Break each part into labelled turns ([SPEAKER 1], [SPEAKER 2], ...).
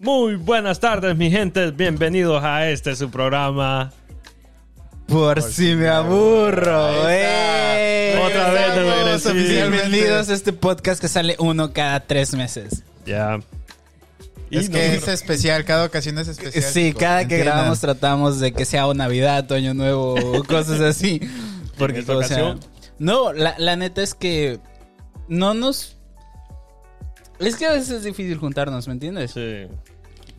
[SPEAKER 1] Muy buenas tardes, mi gente. Bienvenidos a este su programa.
[SPEAKER 2] Por, si me aburro,
[SPEAKER 1] Ahí
[SPEAKER 2] ¡eh!
[SPEAKER 1] está. Otra vez de
[SPEAKER 2] Regresamos
[SPEAKER 1] regreso.
[SPEAKER 2] oficialmente. Bienvenidos a este podcast que sale uno cada tres meses.
[SPEAKER 1] Ya. Y
[SPEAKER 3] Es que es especial, cada ocasión es especial.
[SPEAKER 2] Sí,
[SPEAKER 3] chicos,
[SPEAKER 2] cada que
[SPEAKER 3] entiendan.
[SPEAKER 2] grabamos tratamos de que sea o Navidad, o Año Nuevo, o cosas así. Porque,
[SPEAKER 1] esta
[SPEAKER 2] o sea,
[SPEAKER 1] ocasión?
[SPEAKER 2] no, la, la neta es que no nos... Es que a veces es difícil juntarnos, ¿me entiendes?
[SPEAKER 1] Sí.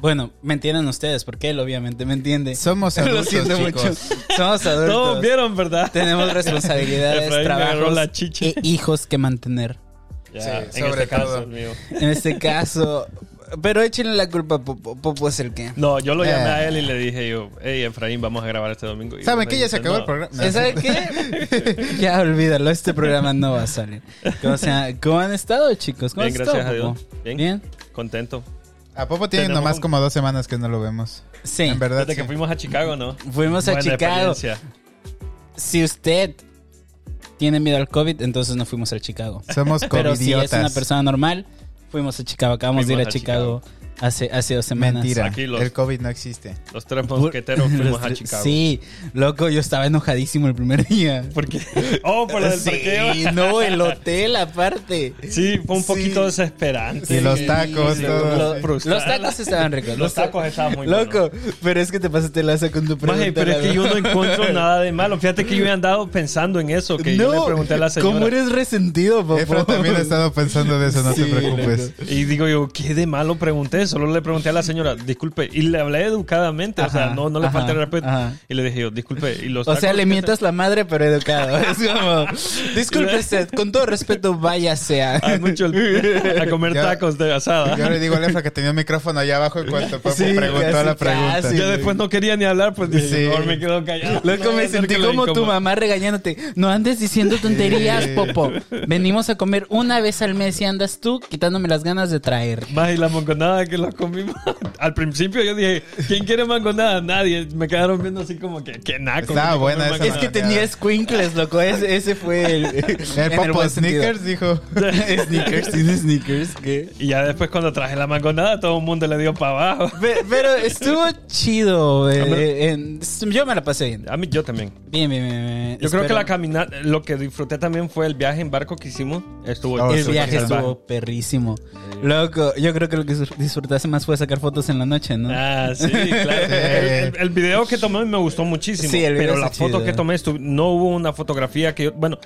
[SPEAKER 2] Bueno, me entienden ustedes, porque él obviamente me entiende.
[SPEAKER 3] Somos
[SPEAKER 2] Lo
[SPEAKER 3] adultos,
[SPEAKER 2] siento
[SPEAKER 3] chicos.
[SPEAKER 2] mucho. Somos adultos.
[SPEAKER 1] Todos vieron, ¿verdad?
[SPEAKER 2] Tenemos responsabilidades,
[SPEAKER 1] Efraín me agarró
[SPEAKER 2] trabajos
[SPEAKER 1] la chicha.
[SPEAKER 2] e hijos que mantener.
[SPEAKER 1] Ya,
[SPEAKER 3] Sí,
[SPEAKER 1] en
[SPEAKER 3] sobre
[SPEAKER 1] este caso,
[SPEAKER 3] todo.
[SPEAKER 1] el mío.
[SPEAKER 2] En este caso. Pero échenle la culpa a Popo. Popo es el que.
[SPEAKER 1] No, yo lo llamé
[SPEAKER 3] Eh.
[SPEAKER 1] a él y le dije yo, hey, Efraín, vamos a grabar este domingo. Y
[SPEAKER 3] ¿Saben
[SPEAKER 1] me
[SPEAKER 3] qué? Ya
[SPEAKER 1] dice,
[SPEAKER 3] se acabó
[SPEAKER 1] "No".
[SPEAKER 3] el programa.
[SPEAKER 2] ¿Eh, ¿Sabe qué? ya olvídalo, este programa no va a salir. O sea, ¿cómo han estado, chicos? ¿Cómo
[SPEAKER 1] Bien,
[SPEAKER 2] han
[SPEAKER 1] gracias a
[SPEAKER 2] estado,
[SPEAKER 1] Dios.
[SPEAKER 2] Popo?
[SPEAKER 1] Bien.
[SPEAKER 2] ¿Bien?
[SPEAKER 1] Contento.
[SPEAKER 3] ¿A poco tiene
[SPEAKER 1] Tenemos
[SPEAKER 3] nomás
[SPEAKER 1] un-
[SPEAKER 3] como dos semanas que no lo vemos?
[SPEAKER 2] Sí.
[SPEAKER 3] En verdad.
[SPEAKER 1] Desde que
[SPEAKER 3] sí.
[SPEAKER 1] fuimos a Chicago, ¿no?
[SPEAKER 2] Fuimos a
[SPEAKER 1] Buena
[SPEAKER 2] Chicago.
[SPEAKER 1] experiencia.
[SPEAKER 2] Si usted tiene miedo al COVID, entonces no fuimos a Chicago.
[SPEAKER 3] Somos
[SPEAKER 2] Pero si es una
[SPEAKER 3] covidiotas.
[SPEAKER 2] persona normal, fuimos a Chicago. Acabamos de ir
[SPEAKER 1] Fuimos
[SPEAKER 2] a,
[SPEAKER 1] a
[SPEAKER 2] Chicago, Hace, hace dos semanas.
[SPEAKER 3] Mentira.
[SPEAKER 1] Aquí los-
[SPEAKER 3] El COVID no existe.
[SPEAKER 1] Los tres
[SPEAKER 2] Pur-
[SPEAKER 1] mosqueteros fuimos a
[SPEAKER 2] Los-
[SPEAKER 1] Chicago.
[SPEAKER 2] Sí, loco, yo estaba enojadísimo el primer día.
[SPEAKER 1] ¿Por qué? Oh, por lo del
[SPEAKER 2] sí,
[SPEAKER 1] parqueo.
[SPEAKER 2] no, el hotel aparte.
[SPEAKER 1] Sí, fue un poquito
[SPEAKER 2] Sí.
[SPEAKER 1] desesperante.
[SPEAKER 3] Y los tacos,
[SPEAKER 1] sí, lo-
[SPEAKER 3] todo.
[SPEAKER 2] Los-
[SPEAKER 1] frustrante.
[SPEAKER 2] los tacos estaban ricos.
[SPEAKER 1] Los tacos estaban muy
[SPEAKER 2] Loco,
[SPEAKER 1] buenos.
[SPEAKER 2] pero es que te pasaste lazo con tu pregunta.
[SPEAKER 1] Maje, pero es
[SPEAKER 2] la
[SPEAKER 1] que yo no
[SPEAKER 2] verdad.
[SPEAKER 1] encuentro nada de malo. Fíjate que yo he andado pensando en eso, que yo le pregunté a la señora.
[SPEAKER 2] ¿Cómo eres resentido, papá?
[SPEAKER 3] Efra también ha estado pensando de eso, no
[SPEAKER 2] Sí,
[SPEAKER 3] te preocupes.
[SPEAKER 1] Y digo yo, ¿qué de malo pregunté? Solo le pregunté a la señora, disculpe, y le hablé educadamente, o sea,
[SPEAKER 2] Ajá,
[SPEAKER 1] no, no le
[SPEAKER 2] ajá,
[SPEAKER 1] falté el respeto.
[SPEAKER 2] ajá.
[SPEAKER 1] Y le dije yo, disculpe, y los
[SPEAKER 2] O sea,
[SPEAKER 1] tacos
[SPEAKER 2] le
[SPEAKER 1] que
[SPEAKER 2] mientas la madre, pero educado. Es como, disculpe usted, con todo respeto, váyase a...
[SPEAKER 1] te- Hay ah, mucho el- a comer
[SPEAKER 3] Ya.
[SPEAKER 1] tacos de asada.
[SPEAKER 3] Yo
[SPEAKER 1] Yo,
[SPEAKER 3] le digo a Lefra que tenía un micrófono allá abajo en cuanto Popo
[SPEAKER 2] Sí,
[SPEAKER 3] preguntó
[SPEAKER 2] casi,
[SPEAKER 3] la pregunta.
[SPEAKER 2] casi.
[SPEAKER 1] después no quería ni hablar, pues dije,
[SPEAKER 3] Sí.
[SPEAKER 1] mejor me quedo callado.
[SPEAKER 2] Loco,
[SPEAKER 1] No vaya
[SPEAKER 2] me
[SPEAKER 1] a ser
[SPEAKER 2] sentí
[SPEAKER 1] que lo
[SPEAKER 2] como tu
[SPEAKER 1] incomode.
[SPEAKER 2] mamá regañándote. No andes diciendo tonterías,
[SPEAKER 3] Sí.
[SPEAKER 2] Popo. Venimos a comer una vez al mes y andas tú quitándome las ganas de traer.
[SPEAKER 1] Más y la mangonada que los comimos. Al principio yo dije, ¿quién quiere mangonada? Nadie. Me quedaron viendo así como que, qué naco.
[SPEAKER 3] Estaba
[SPEAKER 1] que comer
[SPEAKER 3] buena esa
[SPEAKER 1] mangonada.
[SPEAKER 2] Es que
[SPEAKER 1] ah.
[SPEAKER 2] tenía squinkles, loco. Ese, ese fue el.
[SPEAKER 1] Eh,
[SPEAKER 2] en
[SPEAKER 3] El Popo
[SPEAKER 2] buen sentido.
[SPEAKER 3] Sneakers dijo.
[SPEAKER 2] sneakers, tiene sneakers. ¿Qué?
[SPEAKER 1] Y ya después cuando traje la mangonada, todo el mundo le dio para abajo.
[SPEAKER 2] Pe- Pero estuvo chido. eh,
[SPEAKER 1] A ver.
[SPEAKER 2] en- yo me la pasé bien.
[SPEAKER 1] A mí, yo también.
[SPEAKER 2] Bien, bien, bien. bien.
[SPEAKER 1] Yo creo que la
[SPEAKER 2] Espero-
[SPEAKER 1] caminata, lo que disfruté también fue el viaje en barco que hicimos. Estuvo
[SPEAKER 3] Oh,
[SPEAKER 2] El
[SPEAKER 3] estuvo
[SPEAKER 2] viaje
[SPEAKER 3] salvaje.
[SPEAKER 2] estuvo perrísimo. Loco, yo creo que lo que disfr- disfrutaste más fue sacar fotos en la noche, ¿no?
[SPEAKER 1] Ah, sí, claro.
[SPEAKER 3] Sí.
[SPEAKER 1] El, el- el video que tomé me gustó muchísimo.
[SPEAKER 2] Sí, el video
[SPEAKER 1] pero
[SPEAKER 2] está
[SPEAKER 1] la foto
[SPEAKER 2] chido.
[SPEAKER 1] que tomé, estu- no hubo una fotografía que yo. Bueno,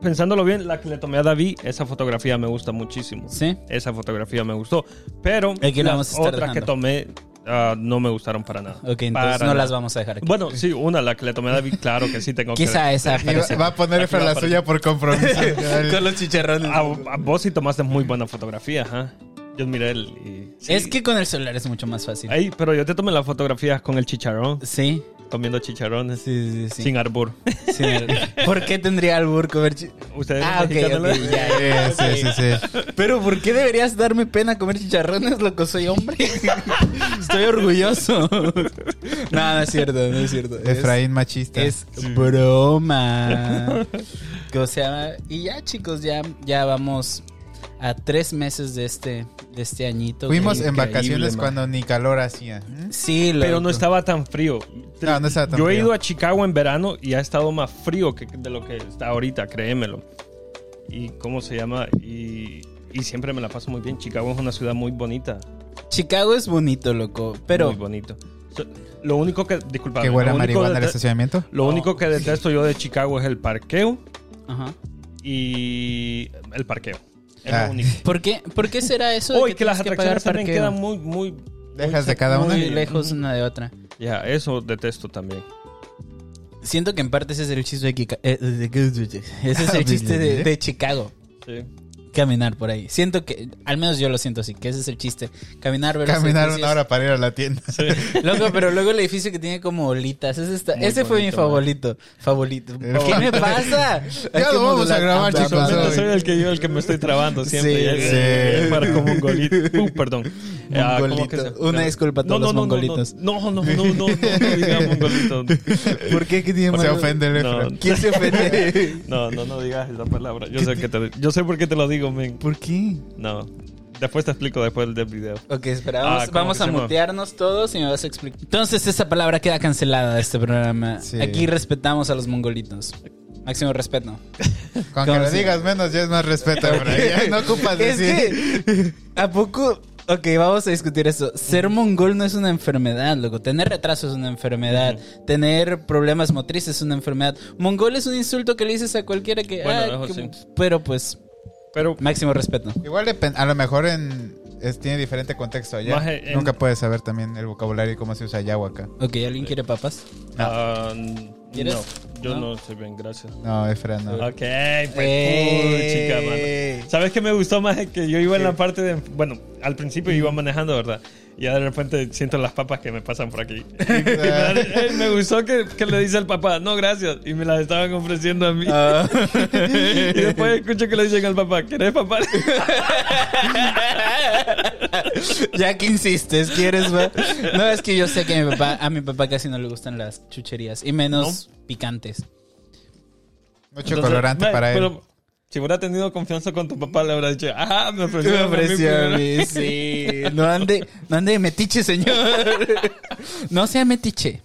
[SPEAKER 1] pensándolo bien, la que le tomé a David, esa fotografía me gusta muchísimo.
[SPEAKER 2] Sí.
[SPEAKER 1] Esa fotografía me gustó. Pero
[SPEAKER 2] Aquí la vamos
[SPEAKER 1] las
[SPEAKER 2] a estar
[SPEAKER 1] otras
[SPEAKER 2] dejando.
[SPEAKER 1] que tomé ah, no me gustaron para nada.
[SPEAKER 2] Ok, entonces
[SPEAKER 1] Para
[SPEAKER 2] no
[SPEAKER 1] nada.
[SPEAKER 2] las vamos a dejar aquí.
[SPEAKER 1] Bueno, sí, una, la que le tomé a David, claro que sí tengo
[SPEAKER 2] Quizá
[SPEAKER 1] que.
[SPEAKER 2] esa
[SPEAKER 3] Y va-
[SPEAKER 2] aparece.
[SPEAKER 3] va a poner Efra la suya por compromiso.
[SPEAKER 2] Con los chicharrones.
[SPEAKER 1] A, a vos sí tomaste muy buena fotografía, ajá. Yo miré el. y- sí.
[SPEAKER 2] Es que con el celular es mucho más fácil.
[SPEAKER 1] Ey, pero yo te tomé las fotografías con el chicharrón,
[SPEAKER 2] Sí.
[SPEAKER 1] comiendo chicharrones
[SPEAKER 2] Sí, sí, sí.
[SPEAKER 1] sin arbor.
[SPEAKER 2] Sí. ¿Por qué tendría albur comer chi-
[SPEAKER 1] Ustedes
[SPEAKER 2] Ah, ok,
[SPEAKER 1] mexicanos,
[SPEAKER 2] ok,
[SPEAKER 1] ¿no?
[SPEAKER 2] ya, ya.
[SPEAKER 3] Sí, sí, sí, sí.
[SPEAKER 2] Pero ¿por qué deberías darme pena comer chicharrones, loco? Soy hombre. Estoy orgulloso. No, no es cierto, no es cierto. Es-
[SPEAKER 3] Efraín machista.
[SPEAKER 2] Es broma. Que, O sea, y ya chicos, ya, ya vamos a tres meses de este, de este añito.
[SPEAKER 3] Fuimos en
[SPEAKER 2] Increíble,
[SPEAKER 3] vacaciones
[SPEAKER 2] man.
[SPEAKER 3] cuando ni calor hacía. ¿Mm?
[SPEAKER 2] Sí,
[SPEAKER 1] Pero
[SPEAKER 2] loco.
[SPEAKER 1] no estaba tan frío.
[SPEAKER 3] No, no estaba tan
[SPEAKER 1] Yo he
[SPEAKER 3] frío.
[SPEAKER 1] ido a Chicago en verano y ha estado más frío que de lo que está ahorita, créemelo. ¿Y cómo se llama? Y, y siempre me la paso muy bien. Chicago es una ciudad muy bonita.
[SPEAKER 2] Chicago es bonito, loco. Pero
[SPEAKER 1] Muy bonito. So- Lo único que... Disculpa.
[SPEAKER 3] Que huele a
[SPEAKER 1] lo único,
[SPEAKER 3] marihuana el
[SPEAKER 1] dete-
[SPEAKER 3] estacionamiento.
[SPEAKER 1] lo único que detesto yo de Chicago es el parqueo
[SPEAKER 2] Ajá.
[SPEAKER 1] y... El parqueo. Es
[SPEAKER 3] Ah.
[SPEAKER 1] lo único.
[SPEAKER 2] ¿Por qué, por qué será eso? de
[SPEAKER 1] Hoy que, las
[SPEAKER 2] tienes
[SPEAKER 1] atracciones
[SPEAKER 2] pagar
[SPEAKER 1] también
[SPEAKER 2] parqueo?
[SPEAKER 1] quedan muy, muy...
[SPEAKER 3] Lejas de cada una.
[SPEAKER 2] muy lejos una de otra.
[SPEAKER 1] Ya, eso detesto también.
[SPEAKER 2] Siento que en parte ese es el chiste de, Kika- eh, de- de- ese es el chiste de,
[SPEAKER 3] ¿eh?
[SPEAKER 2] de Chicago.
[SPEAKER 1] Sí.
[SPEAKER 2] Caminar por ahí. Siento que, al menos yo lo siento así, que ese es el chiste. Caminar, ver los
[SPEAKER 3] Caminar una
[SPEAKER 2] edificios.
[SPEAKER 3] hora para ir a la tienda.
[SPEAKER 2] Loco, pero luego el edificio que tiene como olitas. Ese, está-
[SPEAKER 1] Muy
[SPEAKER 2] ese fue mi
[SPEAKER 1] bonito,
[SPEAKER 2] favorito. Favorito. ¿Qué me pasa? Hay que
[SPEAKER 3] lo vamos
[SPEAKER 2] modular-
[SPEAKER 3] a
[SPEAKER 2] Ah,
[SPEAKER 3] grabar, chicos,
[SPEAKER 2] perdón.
[SPEAKER 1] Solamente
[SPEAKER 3] hoy.
[SPEAKER 1] soy el que yo el que me estoy trabando siempre.
[SPEAKER 2] Sí,
[SPEAKER 1] Eh,
[SPEAKER 2] sí.
[SPEAKER 1] eh, Para como un golito. Uh, perdón. Ah, ¿cómo
[SPEAKER 2] Mongolito.
[SPEAKER 1] que se-
[SPEAKER 2] Una disculpa a todos los mongolitos.
[SPEAKER 1] No, no, no, no, no, no, no digas mongolito.
[SPEAKER 2] ¿Por qué? ¿Qué tiene
[SPEAKER 3] Se
[SPEAKER 2] malo?
[SPEAKER 3] ofende el
[SPEAKER 1] No.
[SPEAKER 3] Efra.
[SPEAKER 2] ¿Quién se ofende?
[SPEAKER 1] No, no, no digas esa palabra. Yo sé que te, yo sé por qué te lo digo, men.
[SPEAKER 2] ¿Por qué?
[SPEAKER 1] No. Después te explico después del video.
[SPEAKER 2] Ok, espera, vamos,
[SPEAKER 1] Ah, ¿cómo
[SPEAKER 2] vamos
[SPEAKER 1] que
[SPEAKER 2] a
[SPEAKER 1] se llama?
[SPEAKER 2] mutearnos todos y me vas a explicar. Entonces, esa palabra queda cancelada de este programa.
[SPEAKER 3] Sí.
[SPEAKER 2] Aquí respetamos a los mongolitos. Máximo respeto.
[SPEAKER 3] Con
[SPEAKER 2] ¿Cómo
[SPEAKER 3] que lo
[SPEAKER 2] se-
[SPEAKER 3] digas menos ya es más respeto, bro. Ya no ocupas
[SPEAKER 2] Es
[SPEAKER 3] decir.
[SPEAKER 2] que, ¿a poco? Ok, vamos a discutir esto. Ser mongol no es una enfermedad, loco. Tener retraso es una enfermedad. Tener problemas motrices es una enfermedad. Mongol es un insulto que le dices a cualquiera que...
[SPEAKER 1] Bueno,
[SPEAKER 2] ah,
[SPEAKER 1] eso
[SPEAKER 2] que-
[SPEAKER 1] sí.
[SPEAKER 2] Pero pues,
[SPEAKER 1] Pero
[SPEAKER 2] máximo respeto.
[SPEAKER 3] Igual depen- a lo mejor en es- tiene diferente contexto allá.
[SPEAKER 1] Maje, en-
[SPEAKER 3] Nunca puedes saber también el vocabulario y cómo se usa allá o acá.
[SPEAKER 2] Ok, ¿alguien quiere papas?
[SPEAKER 1] ah,
[SPEAKER 2] ¿Quieres?
[SPEAKER 1] no, yo no. estoy bien, gracias.
[SPEAKER 3] No, Efra, no.
[SPEAKER 1] Ok, pues cool, chica,
[SPEAKER 2] Eh.
[SPEAKER 1] mano. ¿Sabes qué me gustó más? Que yo iba en la parte de. Bueno, al principio
[SPEAKER 2] Mm.
[SPEAKER 1] iba manejando, ¿verdad? Y ya de repente siento las papas que me pasan por aquí. Y me, dan- eh, me gustó que, que le dice al papá, no, gracias. Y me las estaban ofreciendo a mí.
[SPEAKER 2] Ah.
[SPEAKER 1] y después escucho que le dicen al papá, ¿querés papá?
[SPEAKER 2] ya que insistes, ¿quieres? va? No, es que yo sé que a mi papá, a mi papá casi no le gustan las chucherías. Y menos picantes.
[SPEAKER 3] Mucho
[SPEAKER 1] Entonces,
[SPEAKER 3] colorante
[SPEAKER 1] ve,
[SPEAKER 3] para él.
[SPEAKER 1] pero si hubiera tenido confianza con tu papá, le hubiera dicho, ajá, me
[SPEAKER 2] Tú
[SPEAKER 1] ofreció.
[SPEAKER 2] me
[SPEAKER 1] a mí
[SPEAKER 2] ofreció a
[SPEAKER 1] primero".
[SPEAKER 2] mí, sí. No ande, no ande de metiche, señor. No sea metiche.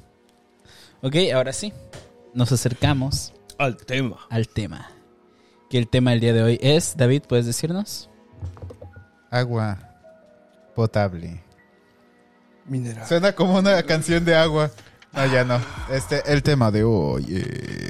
[SPEAKER 2] Ok, ahora sí. Nos acercamos
[SPEAKER 1] Al tema.
[SPEAKER 2] al tema. Que el tema del día de hoy es, David, ¿puedes decirnos?
[SPEAKER 3] Agua potable.
[SPEAKER 1] Mineral.
[SPEAKER 3] Suena como una canción de agua. No, ya no. Este, el tema de hoy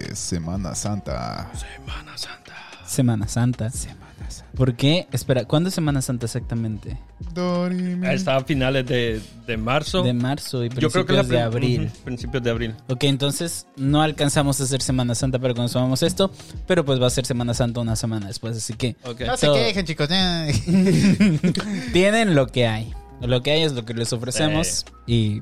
[SPEAKER 3] es Semana Santa.
[SPEAKER 1] Semana Santa.
[SPEAKER 2] Semana Santa. Semana Santa. ¿Por qué? Espera, ¿cuándo es Semana Santa exactamente?
[SPEAKER 3] Dorime.
[SPEAKER 1] Está a finales de, de marzo.
[SPEAKER 2] De marzo y
[SPEAKER 1] Yo
[SPEAKER 2] principios
[SPEAKER 1] creo que la
[SPEAKER 2] de abril.
[SPEAKER 1] Ujú, principios de abril.
[SPEAKER 2] Ok, entonces no alcanzamos a hacer Semana Santa para cuando subamos esto, pero pues va a ser Semana Santa una semana después, así que
[SPEAKER 1] Ok.
[SPEAKER 3] No se
[SPEAKER 2] Todo.
[SPEAKER 3] quejen, chicos. Ya.
[SPEAKER 2] tienen lo que hay. Lo que hay es lo que les ofrecemos y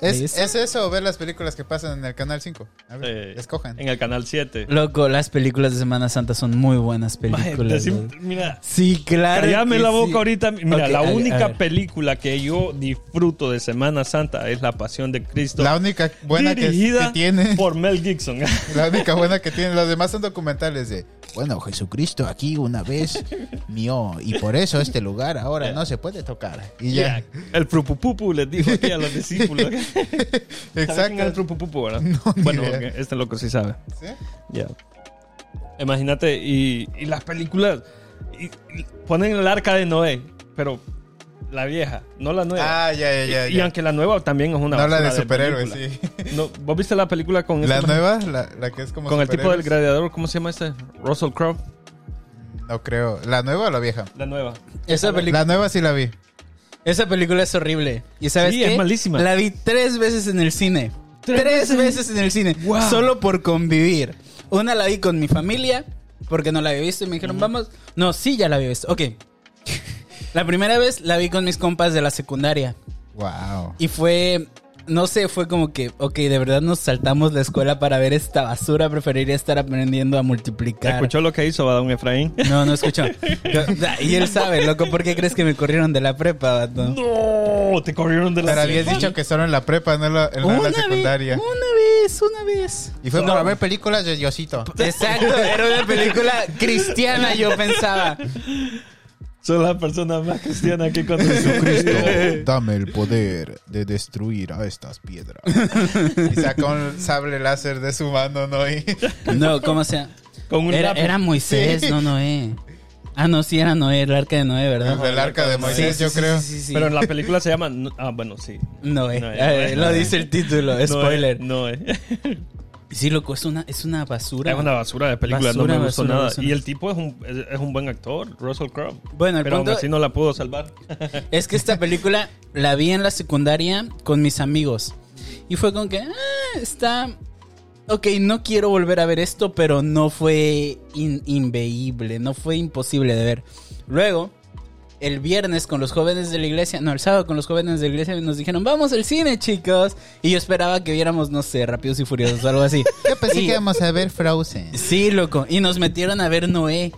[SPEAKER 3] ¿Es,
[SPEAKER 2] ¿Listo?
[SPEAKER 3] ¿Es eso o ver las películas que pasan en el Canal 5? A ver,
[SPEAKER 1] Sí.
[SPEAKER 3] escojan.
[SPEAKER 1] En el canal 7.
[SPEAKER 3] Mm,
[SPEAKER 2] Loco, las películas de Semana Santa son muy buenas
[SPEAKER 1] Maje,
[SPEAKER 2] películas.
[SPEAKER 1] decim-
[SPEAKER 2] güey.
[SPEAKER 1] mira,
[SPEAKER 2] Sí, claro.
[SPEAKER 1] cállame
[SPEAKER 2] que
[SPEAKER 1] la
[SPEAKER 2] sí.
[SPEAKER 1] boca ahorita. Mira,
[SPEAKER 2] Ok,
[SPEAKER 1] la
[SPEAKER 2] a ver, a
[SPEAKER 1] única
[SPEAKER 2] ver.
[SPEAKER 1] película que yo disfruto de Semana Santa es La Pasión de Cristo.
[SPEAKER 3] La única buena que, que
[SPEAKER 1] dirigida
[SPEAKER 3] tiene.
[SPEAKER 1] por Mel Gibson.
[SPEAKER 3] La única buena que tiene. Los demás son documentales de. Bueno, Jesucristo aquí una vez mío. Y por eso este lugar ahora no se puede tocar. Y ya.
[SPEAKER 1] Ya, El Prupupupu les dijo aquí a los discípulos. ¿Sabes quién es el
[SPEAKER 3] Exacto.
[SPEAKER 1] Prupupupu, verdad?
[SPEAKER 3] No, ni
[SPEAKER 1] bueno,
[SPEAKER 3] idea.
[SPEAKER 1] ok, este loco sí sabe.
[SPEAKER 3] ¿Sí?
[SPEAKER 1] Ya. Imagínate, y, y las películas. y- y ponen el arca de Noé, pero la vieja, no la nueva.
[SPEAKER 3] Ah, ya, ya, ya.
[SPEAKER 1] Y,
[SPEAKER 3] ya.
[SPEAKER 1] aunque la nueva también es una.
[SPEAKER 3] No la de
[SPEAKER 1] basura
[SPEAKER 3] superhéroes,
[SPEAKER 1] película.
[SPEAKER 3] sí.
[SPEAKER 1] No, ¿Vos viste la película con
[SPEAKER 3] La
[SPEAKER 1] ese-
[SPEAKER 3] nueva, la, la que es como.
[SPEAKER 1] Con el tipo del
[SPEAKER 3] superhéroes.
[SPEAKER 1] gladiador, ¿cómo se llama este? Russell Crowe.
[SPEAKER 3] No creo. ¿La nueva o la vieja?
[SPEAKER 1] La nueva.
[SPEAKER 2] Esa, peli-
[SPEAKER 3] La nueva sí la vi.
[SPEAKER 2] esa película es horrible. ¿Y sabes
[SPEAKER 1] Sí,
[SPEAKER 2] qué?
[SPEAKER 1] es malísima.
[SPEAKER 2] La vi tres veces en el cine.
[SPEAKER 1] ¿Tres
[SPEAKER 2] Tres, veces en el cine.
[SPEAKER 1] Wow.
[SPEAKER 2] Solo por convivir. Una la vi con mi familia, porque no la había visto y me dijeron, vamos. No, sí, ya la había visto. Ok. la primera vez la vi con mis compas de la secundaria.
[SPEAKER 3] Wow.
[SPEAKER 2] Y fue, no sé, fue como que, ok, de verdad nos saltamos la escuela para ver esta basura, preferiría estar aprendiendo a multiplicar.
[SPEAKER 1] ¿Escuchó lo que hizo Badón Efraín?
[SPEAKER 2] No, no escuchó. Yo- da- Y él sabe, loco, ¿por qué crees que me corrieron de la prepa, vato?
[SPEAKER 1] ¡No! Te corrieron de
[SPEAKER 3] Pero
[SPEAKER 1] la
[SPEAKER 3] habías dicho que solo en la prepa, no en la, en la- en la
[SPEAKER 2] Una
[SPEAKER 3] secundaria.
[SPEAKER 2] vez, una vez, una vez.
[SPEAKER 3] Y fue
[SPEAKER 1] No.
[SPEAKER 3] para ver películas de Diosito.
[SPEAKER 2] Exacto, era una película cristiana, yo pensaba.
[SPEAKER 1] Son las personas más cristianas que cuando
[SPEAKER 3] Cristo, dame el poder de destruir a estas piedras. Y sacó un sable láser de su mano, ¿no? Y
[SPEAKER 2] No, ¿cómo sea?
[SPEAKER 1] Con un
[SPEAKER 2] Era,
[SPEAKER 1] lápiz.
[SPEAKER 2] era Moisés,
[SPEAKER 3] Sí.
[SPEAKER 2] no Noé. Ah, no, sí era Noé, el arca de Noé, ¿verdad?
[SPEAKER 3] el arca de Moisés,
[SPEAKER 2] Sí,
[SPEAKER 3] yo
[SPEAKER 2] sí,
[SPEAKER 3] creo.
[SPEAKER 2] sí, sí, sí.
[SPEAKER 1] Pero en la película se llama. Ah, bueno, sí.
[SPEAKER 2] Noé.
[SPEAKER 1] Noé,
[SPEAKER 2] Eh,
[SPEAKER 1] Noé,
[SPEAKER 2] lo
[SPEAKER 1] Noé.
[SPEAKER 2] dice el título, spoiler.
[SPEAKER 1] No, es.
[SPEAKER 2] Sí, loco, es una, es una basura.
[SPEAKER 1] Es una basura de película,
[SPEAKER 2] Basura,
[SPEAKER 1] no me gustó
[SPEAKER 2] basura,
[SPEAKER 1] nada.
[SPEAKER 2] basura.
[SPEAKER 1] Y el tipo es un, es, es un buen actor, Russell Crowe.
[SPEAKER 2] Bueno, el
[SPEAKER 1] pero aún
[SPEAKER 2] punto
[SPEAKER 1] así no la pudo salvar.
[SPEAKER 2] es que esta película la vi en la secundaria con mis amigos. Y fue con que, ah, está... Ok, no quiero volver a ver esto, pero no fue in- inveíble, no fue imposible de ver. Luego, el viernes con los jóvenes de la iglesia, no, el sábado con los jóvenes de la iglesia nos dijeron, vamos al cine, chicos. Y yo esperaba que viéramos, no sé, Rápidos y Furiosos o algo así.
[SPEAKER 3] yo pensé
[SPEAKER 2] Y-
[SPEAKER 3] que íbamos a ver Frozen.
[SPEAKER 2] Sí, loco. Y nos metieron a ver Noé.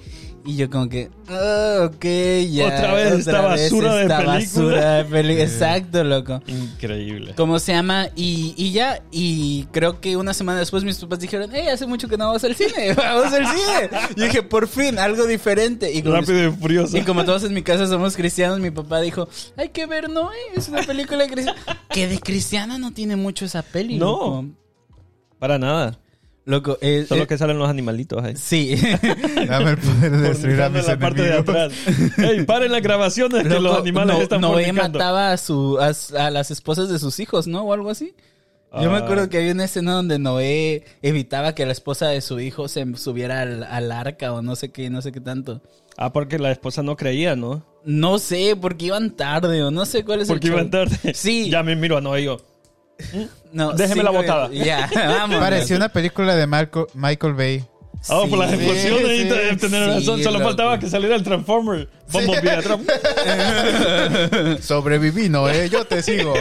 [SPEAKER 2] Y yo como que, ah, ok, ya.
[SPEAKER 1] Otra vez esta basura de película.
[SPEAKER 2] de peli- Exacto, loco.
[SPEAKER 1] Increíble.
[SPEAKER 2] ¿Cómo se llama? Y, y ya, y creo que una semana después mis papás dijeron, hey, hace mucho que no vas al cine, vamos al cine. Y dije, por fin, algo diferente. Y como, mis-
[SPEAKER 1] Rápido y furioso.
[SPEAKER 2] y como todos en mi casa somos cristianos, mi papá dijo, hay que ver Noé, es una película cristiana. Que de cristiana no tiene mucho esa peli,
[SPEAKER 1] No.
[SPEAKER 2] loco.
[SPEAKER 1] Para nada.
[SPEAKER 2] Loco, eh,
[SPEAKER 1] Solo
[SPEAKER 2] eh,
[SPEAKER 1] que salen los animalitos ahí.
[SPEAKER 2] Sí.
[SPEAKER 3] Dame el poder de destruir a
[SPEAKER 1] Fornicando
[SPEAKER 3] mis
[SPEAKER 1] la parte de
[SPEAKER 3] enemigos.
[SPEAKER 1] atrás. Ey, paren las grabaciones que
[SPEAKER 2] Loco,
[SPEAKER 1] los animales
[SPEAKER 2] no-
[SPEAKER 1] están
[SPEAKER 2] Noé
[SPEAKER 1] fornicando.
[SPEAKER 2] mataba a, su, a, a las esposas de sus hijos, ¿no? O algo así. Yo me
[SPEAKER 1] Ah.
[SPEAKER 2] acuerdo que había una escena donde Noé evitaba que la esposa de su hijo se subiera al, al arca o no sé qué, no sé qué tanto.
[SPEAKER 1] Ah, porque la esposa no creía, ¿no?
[SPEAKER 2] No sé, porque iban tarde o no sé cuál es Pues
[SPEAKER 1] Porque
[SPEAKER 2] el
[SPEAKER 1] iban
[SPEAKER 2] show.
[SPEAKER 1] tarde.
[SPEAKER 2] Sí.
[SPEAKER 1] Ya me miro a Noé y yo.
[SPEAKER 2] No,
[SPEAKER 1] Déjeme la botada.
[SPEAKER 2] Ya, vamos.
[SPEAKER 3] Parecía una película de Marco- Michael Bay.
[SPEAKER 1] Ah, por las
[SPEAKER 3] Sí,
[SPEAKER 1] explosiones y
[SPEAKER 3] sí,
[SPEAKER 1] te- tener
[SPEAKER 2] sí,
[SPEAKER 1] razón. Solo
[SPEAKER 2] loco.
[SPEAKER 1] faltaba que saliera el Transformer. Vamos, vida Trump.
[SPEAKER 3] Sobreviví, no, eh. Yo te sigo.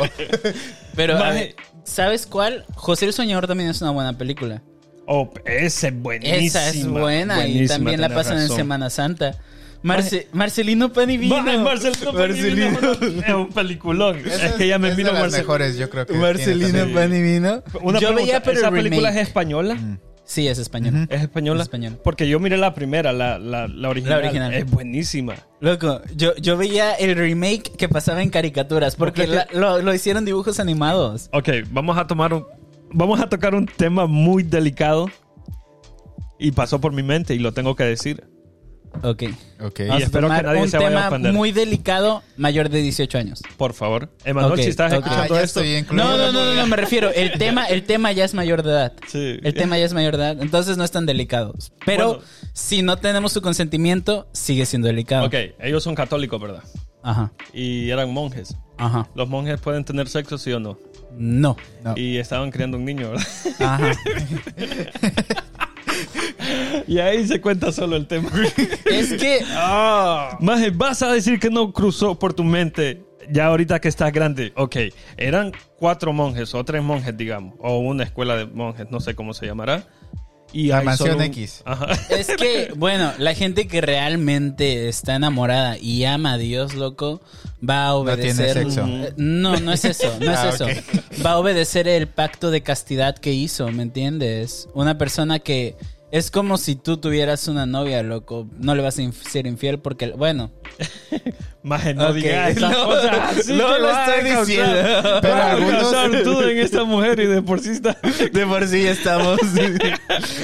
[SPEAKER 2] Pero, a
[SPEAKER 1] Maje.
[SPEAKER 2] ver, ¿sabes cuál? José el Soñador también es una buena película.
[SPEAKER 1] Oh, esa es buenísima.
[SPEAKER 2] Esa es buena y
[SPEAKER 1] Buenísima,
[SPEAKER 2] también la
[SPEAKER 1] tenés
[SPEAKER 2] pasan en
[SPEAKER 1] razón.
[SPEAKER 2] Semana Santa. Marce- Marcelino Panivino.
[SPEAKER 1] Va, Marcelino Panivino, Es un peliculón.
[SPEAKER 3] Esa
[SPEAKER 1] es que ya me
[SPEAKER 3] es
[SPEAKER 1] miro
[SPEAKER 3] de las
[SPEAKER 1] Marcel-
[SPEAKER 3] mejores, yo creo que. tiene
[SPEAKER 2] Marcelino
[SPEAKER 3] también.
[SPEAKER 2] Panivino.
[SPEAKER 1] Una
[SPEAKER 2] Yo
[SPEAKER 1] pregunta,
[SPEAKER 2] veía Mm. pero
[SPEAKER 1] ¿Esa
[SPEAKER 2] el
[SPEAKER 1] película es
[SPEAKER 2] remake.
[SPEAKER 1] española?
[SPEAKER 2] Sí, es español.
[SPEAKER 1] ¿Es española?
[SPEAKER 2] Es española.
[SPEAKER 1] Porque yo miré la primera, la, la, la original.
[SPEAKER 2] La original.
[SPEAKER 1] Es buenísima.
[SPEAKER 2] Loco, yo, yo veía el remake que pasaba en caricaturas porque la- lo, lo hicieron dibujos animados.
[SPEAKER 1] Ok, vamos a tomar un... Vamos a tocar un tema muy delicado. Y pasó por mi mente y lo tengo que decir.
[SPEAKER 2] Ok.
[SPEAKER 3] Ok.
[SPEAKER 1] Ah,
[SPEAKER 2] Vamos a
[SPEAKER 1] espero que
[SPEAKER 2] tomar
[SPEAKER 1] nadie
[SPEAKER 2] un
[SPEAKER 1] se vaya a
[SPEAKER 2] tema
[SPEAKER 1] ofender.
[SPEAKER 2] muy delicado, mayor de 18 años.
[SPEAKER 1] Por favor. Emanuel,
[SPEAKER 2] Ok,
[SPEAKER 1] si estás
[SPEAKER 2] ok.
[SPEAKER 3] Ah,
[SPEAKER 1] escuchando
[SPEAKER 3] ya
[SPEAKER 1] esto...
[SPEAKER 3] estoy incluido.
[SPEAKER 2] No, no, no, no, no, me refiero. El tema, el tema ya es mayor de edad.
[SPEAKER 1] Sí.
[SPEAKER 2] El tema ya es mayor de edad, entonces no es tan delicado. Pero
[SPEAKER 1] Bueno.
[SPEAKER 2] si no tenemos su consentimiento, sigue siendo delicado.
[SPEAKER 1] Ok, ellos son católicos, ¿verdad?
[SPEAKER 2] Ajá,
[SPEAKER 1] Y eran monjes.
[SPEAKER 2] ajá.
[SPEAKER 1] ¿Los monjes pueden tener sexo, sí o no?
[SPEAKER 2] No.
[SPEAKER 3] No.
[SPEAKER 1] Y estaban criando un niño, ¿verdad?
[SPEAKER 2] Ajá.
[SPEAKER 1] y ahí se cuenta solo el tema.
[SPEAKER 2] es que.
[SPEAKER 1] Maje, vas a decir que no cruzó por tu mente ya ahorita que estás grande. Ok, eran cuatro monjes o tres monjes, digamos, o una escuela de monjes, no sé cómo se llamará. Y
[SPEAKER 3] La
[SPEAKER 1] hay
[SPEAKER 3] Mansión
[SPEAKER 1] solo un-
[SPEAKER 3] X.
[SPEAKER 1] Ajá.
[SPEAKER 2] Es que, bueno, la gente que realmente está enamorada y ama a Dios, loco, va a obedecer.
[SPEAKER 3] tiene sexo.
[SPEAKER 2] Eh, No, no es eso, no es
[SPEAKER 3] Ah,
[SPEAKER 2] eso.
[SPEAKER 3] ok.
[SPEAKER 2] Va a obedecer el pacto de castidad que hizo, ¿me entiendes? Una persona que es como si tú tuvieras una novia, loco, no le vas a inf- ser infiel porque, bueno,
[SPEAKER 1] Maje, no
[SPEAKER 2] Ok,
[SPEAKER 1] digas esas
[SPEAKER 2] no,
[SPEAKER 1] cosas. Así
[SPEAKER 2] no
[SPEAKER 1] te
[SPEAKER 2] lo
[SPEAKER 1] vas a
[SPEAKER 2] estoy
[SPEAKER 1] causar-
[SPEAKER 2] diciendo.
[SPEAKER 1] vas a
[SPEAKER 3] Pero algunos-
[SPEAKER 1] causar duda en esta mujer y de por sí está.
[SPEAKER 2] de por sí estamos.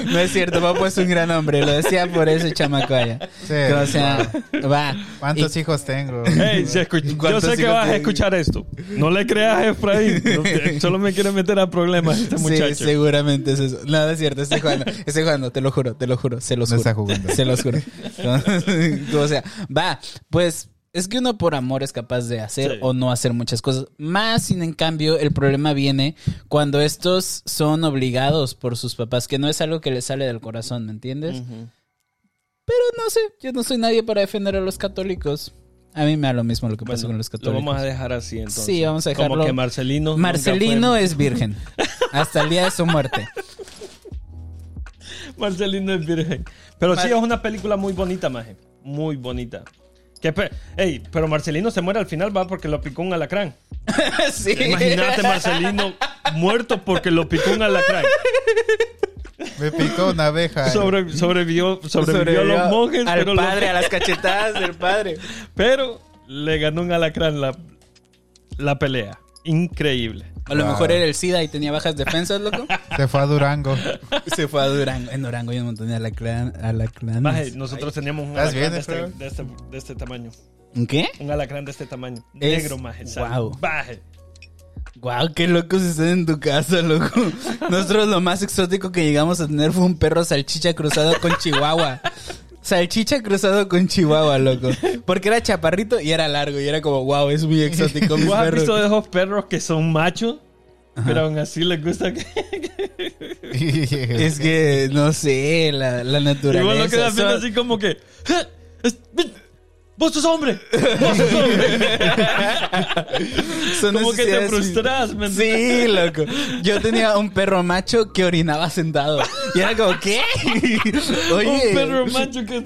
[SPEAKER 2] no es cierto, va pues un gran hombre, lo decía por ese chamaco allá.
[SPEAKER 3] Sí,
[SPEAKER 2] o sea, va.
[SPEAKER 3] ¿Cuántos hijos tengo?
[SPEAKER 1] Ey, se escuch- yo
[SPEAKER 2] ¿Cuántos
[SPEAKER 1] sé que
[SPEAKER 2] hijos
[SPEAKER 1] vas a
[SPEAKER 2] tiene?
[SPEAKER 1] escuchar esto. No le creas a Efraín. No te- solo me quiere meter a problemas este muchacho.
[SPEAKER 2] Sí, seguramente es eso. Nada, es cierto, este estoy jugando, estoy jugando, te lo juro, te lo juro, se los
[SPEAKER 3] No
[SPEAKER 2] juro.
[SPEAKER 3] está jugando.
[SPEAKER 2] Se los juro. o sea, va, pues es que uno por amor es capaz de hacer
[SPEAKER 1] Sí.
[SPEAKER 2] o no hacer muchas cosas. Más, sin en cambio, el problema viene cuando estos son obligados por sus papás, que no es algo que les sale del corazón, ¿me entiendes? Pero no sé, yo no soy nadie para defender a los católicos. A mí me da lo mismo lo que pasa con
[SPEAKER 1] Bueno,
[SPEAKER 2] los
[SPEAKER 1] lo
[SPEAKER 2] católicos.
[SPEAKER 1] vamos a dejar así entonces.
[SPEAKER 2] Sí, vamos a dejarlo.
[SPEAKER 1] Como que Marcelino. nunca
[SPEAKER 2] Marcelino es virgen. Hasta el día de su muerte.
[SPEAKER 1] fue- Marcelino es virgen. Pero sí,
[SPEAKER 2] Mar-
[SPEAKER 1] es una película muy bonita, maje. Muy bonita. Que pe- Ey, pero Marcelino se muere al final, va, porque lo picó un alacrán.
[SPEAKER 2] Sí.
[SPEAKER 1] Imagínate Marcelino muerto porque lo picó un alacrán.
[SPEAKER 3] Me picó una abeja. eh.
[SPEAKER 1] Sobre- sobrevivió, sobrevivió, a
[SPEAKER 2] Sobrevivió
[SPEAKER 1] los monjes,
[SPEAKER 2] al
[SPEAKER 1] pero, lo-
[SPEAKER 2] padre, a las cachetadas del padre.
[SPEAKER 1] pero le ganó un alacrán la, la pelea. Increíble.
[SPEAKER 2] A lo
[SPEAKER 3] Wow.
[SPEAKER 2] mejor era el SIDA y tenía bajas defensas, loco.
[SPEAKER 3] Se fue a Durango.
[SPEAKER 2] Se fue a Durango. En Durango hay un montón de alacrán,
[SPEAKER 1] Maje,
[SPEAKER 2] alacranes.
[SPEAKER 1] nosotros teníamos un
[SPEAKER 3] ¿Estás
[SPEAKER 1] alacrán
[SPEAKER 3] bien,
[SPEAKER 1] de este-
[SPEAKER 3] Efraín?
[SPEAKER 1] de este- de este tamaño.
[SPEAKER 2] ¿Qué?
[SPEAKER 1] Un alacrán de este tamaño.
[SPEAKER 2] Es-
[SPEAKER 1] Negro, maje.
[SPEAKER 2] Guau.
[SPEAKER 1] Salvaje.
[SPEAKER 2] Wow, qué locos están en tu casa, loco. Nosotros lo más exótico que llegamos a tener fue un perro salchicha cruzado con chihuahua. Salchicha cruzado con chihuahua, loco. Porque era chaparrito y era largo y era como, wow, es muy exótico mi
[SPEAKER 1] ¿Vos has visto
[SPEAKER 2] perro.
[SPEAKER 1] de esos perros que son machos? Pero aún así les gusta que...
[SPEAKER 2] Es que, no sé, la, la
[SPEAKER 1] Igual lo
[SPEAKER 2] naturaleza.
[SPEAKER 1] quedas viendo
[SPEAKER 2] son-
[SPEAKER 1] así como que... "Eh, ¡Vos sos hombre! ¡Vos sos hombre!
[SPEAKER 2] Son
[SPEAKER 1] Como que te
[SPEAKER 2] necesidades-
[SPEAKER 1] frustras, ¿me
[SPEAKER 2] Sí, loco. Yo tenía un perro macho que orinaba sentado. Y era como, ¿qué? Oye,
[SPEAKER 1] Un perro macho que...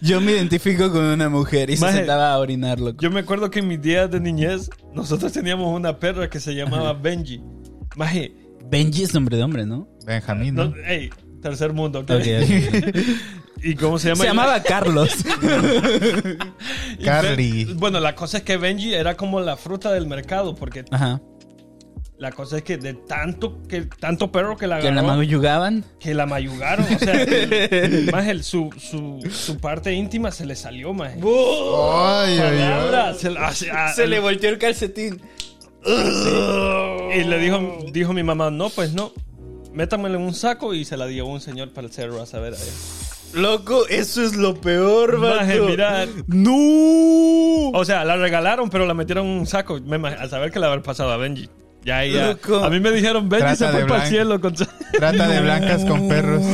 [SPEAKER 2] yo me identifico con una mujer y
[SPEAKER 1] Maje,
[SPEAKER 2] se sentaba a orinar, loco.
[SPEAKER 1] Yo me acuerdo que en mis días de niñez, nosotros teníamos una perra que se llamaba Benji. Maje,
[SPEAKER 2] Benji es nombre de hombre, ¿no?
[SPEAKER 3] Benjamín. ¿no?
[SPEAKER 1] no, ey, tercer mundo. ¿ok?
[SPEAKER 2] Ok, ok.
[SPEAKER 1] ¿Y cómo se llama?
[SPEAKER 2] Se llamaba Carlos.
[SPEAKER 1] Y Ben-
[SPEAKER 3] Carly.
[SPEAKER 1] Bueno, la cosa es que Benji era como la fruta del mercado, porque
[SPEAKER 2] Ajá.
[SPEAKER 1] la cosa es que de tanto, que, tanto perro que la
[SPEAKER 2] Que la
[SPEAKER 1] agarró,
[SPEAKER 2] mayugaban.
[SPEAKER 1] que la mayugaron. O sea, el- maje, el- su, su, su parte íntima se le salió, maje.
[SPEAKER 3] Ay, ay, ay.
[SPEAKER 1] Palabra, se, la- se- a-
[SPEAKER 2] volteó Ah, el calcetín. Eh,
[SPEAKER 1] Y le dijo, dijo mi mamá, no, pues no. Métamela en un saco y se la dio un señor para el cerro a saber.
[SPEAKER 2] Loco, eso es lo peor,
[SPEAKER 1] Maje,
[SPEAKER 2] vato.
[SPEAKER 1] mira.
[SPEAKER 2] ¡No!
[SPEAKER 1] O sea, la regalaron, pero la metieron en un saco. Me imag- al saber que le haber pasado a Benji. Ya, ya.
[SPEAKER 2] Loco.
[SPEAKER 1] A mí me dijeron, Benji
[SPEAKER 3] Trata
[SPEAKER 1] se
[SPEAKER 3] de
[SPEAKER 1] fue para
[SPEAKER 3] blanco.
[SPEAKER 1] el cielo. Con... sa-".
[SPEAKER 3] Trata de blancas con perros.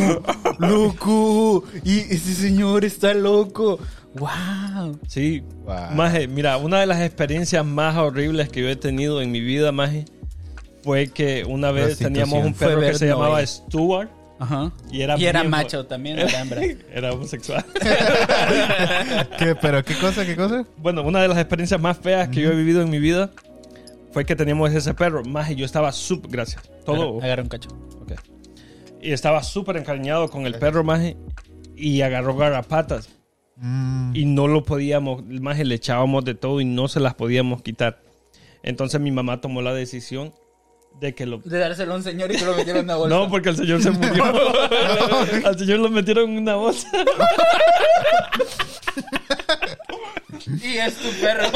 [SPEAKER 2] Loco, y ese señor está loco. Wow.
[SPEAKER 1] Sí.
[SPEAKER 3] Wow.
[SPEAKER 1] Maje, mira, una de las experiencias más horribles que yo he tenido en mi vida, Maje, fue que una vez teníamos un
[SPEAKER 3] Prostitución.
[SPEAKER 1] perro
[SPEAKER 2] Fue
[SPEAKER 1] que
[SPEAKER 2] ver
[SPEAKER 1] se llamaba
[SPEAKER 2] novia.
[SPEAKER 1] Stuart.
[SPEAKER 2] Ajá.
[SPEAKER 1] Y era, bien-
[SPEAKER 2] macho también, no era hembra.
[SPEAKER 1] Era homosexual.
[SPEAKER 3] ¿Qué, ¿Pero qué cosa? ¿Qué cosa?
[SPEAKER 1] Bueno, una de las experiencias más feas que yo he vivido en mi vida fue que teníamos ese perro. Más yo estaba súper. Gracias. Todo.
[SPEAKER 2] Agarra- Agarra un cacho.
[SPEAKER 1] ok. Y estaba súper encariñado con el perro, Maje. Y agarró garrapatas.
[SPEAKER 3] Mm,
[SPEAKER 1] Y no lo podíamos. Maje le echábamos de todo y no se las podíamos quitar. Entonces mi mamá tomó la decisión de que lo.
[SPEAKER 2] De dárselo a un señor y que lo metieron en una
[SPEAKER 1] No, porque el señor se murió. Al señor lo metieron en una bolsa.
[SPEAKER 2] Y es tu perro.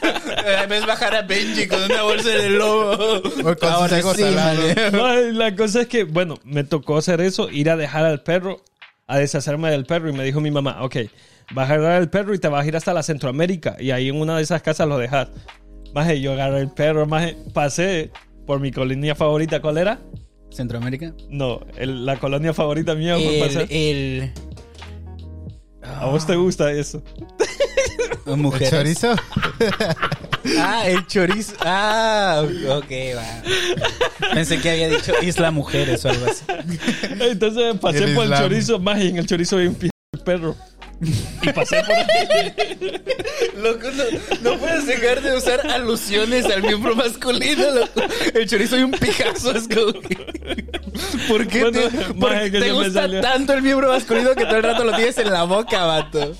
[SPEAKER 2] Ves bajar a Benji con una bolsa de lobo.
[SPEAKER 3] O con sus egos salados.
[SPEAKER 1] Ay, la cosa es que, bueno, me tocó hacer eso, ir a dejar al perro, a deshacerme del perro. Y me dijo mi mamá, ok, vas a agarrar al perro y te vas a ir hasta la Centroamérica. Y ahí en una de esas casas lo dejas. Maje, yo agarré el perro, maje, pasé por mi colonia favorita. ¿Cuál era?
[SPEAKER 2] ¿Centroamérica?
[SPEAKER 1] No, el- la colonia favorita mía fue
[SPEAKER 2] El,
[SPEAKER 1] pasar.
[SPEAKER 2] el,
[SPEAKER 1] ¿A vos te gusta eso?
[SPEAKER 3] ¿El
[SPEAKER 2] mujeres.
[SPEAKER 3] chorizo?
[SPEAKER 2] Ah, el chorizo. Ah, ok, va. Pensé que había dicho Isla Mujeres o algo así.
[SPEAKER 1] Entonces pasé
[SPEAKER 3] El
[SPEAKER 1] por el
[SPEAKER 3] Islam.
[SPEAKER 1] chorizo, maje, y en el chorizo vi un p- perro. Y pasé por
[SPEAKER 2] Loco, no, no puedes dejar de usar alusiones al miembro masculino, loco. El chorizo y un pijazo es como que... ¿Por qué
[SPEAKER 1] Bueno,
[SPEAKER 2] te,
[SPEAKER 1] maje,
[SPEAKER 2] por
[SPEAKER 1] que
[SPEAKER 2] qué te
[SPEAKER 1] se me
[SPEAKER 2] gusta
[SPEAKER 1] salió.
[SPEAKER 2] tanto el miembro masculino que todo el rato lo tienes en la boca, vato?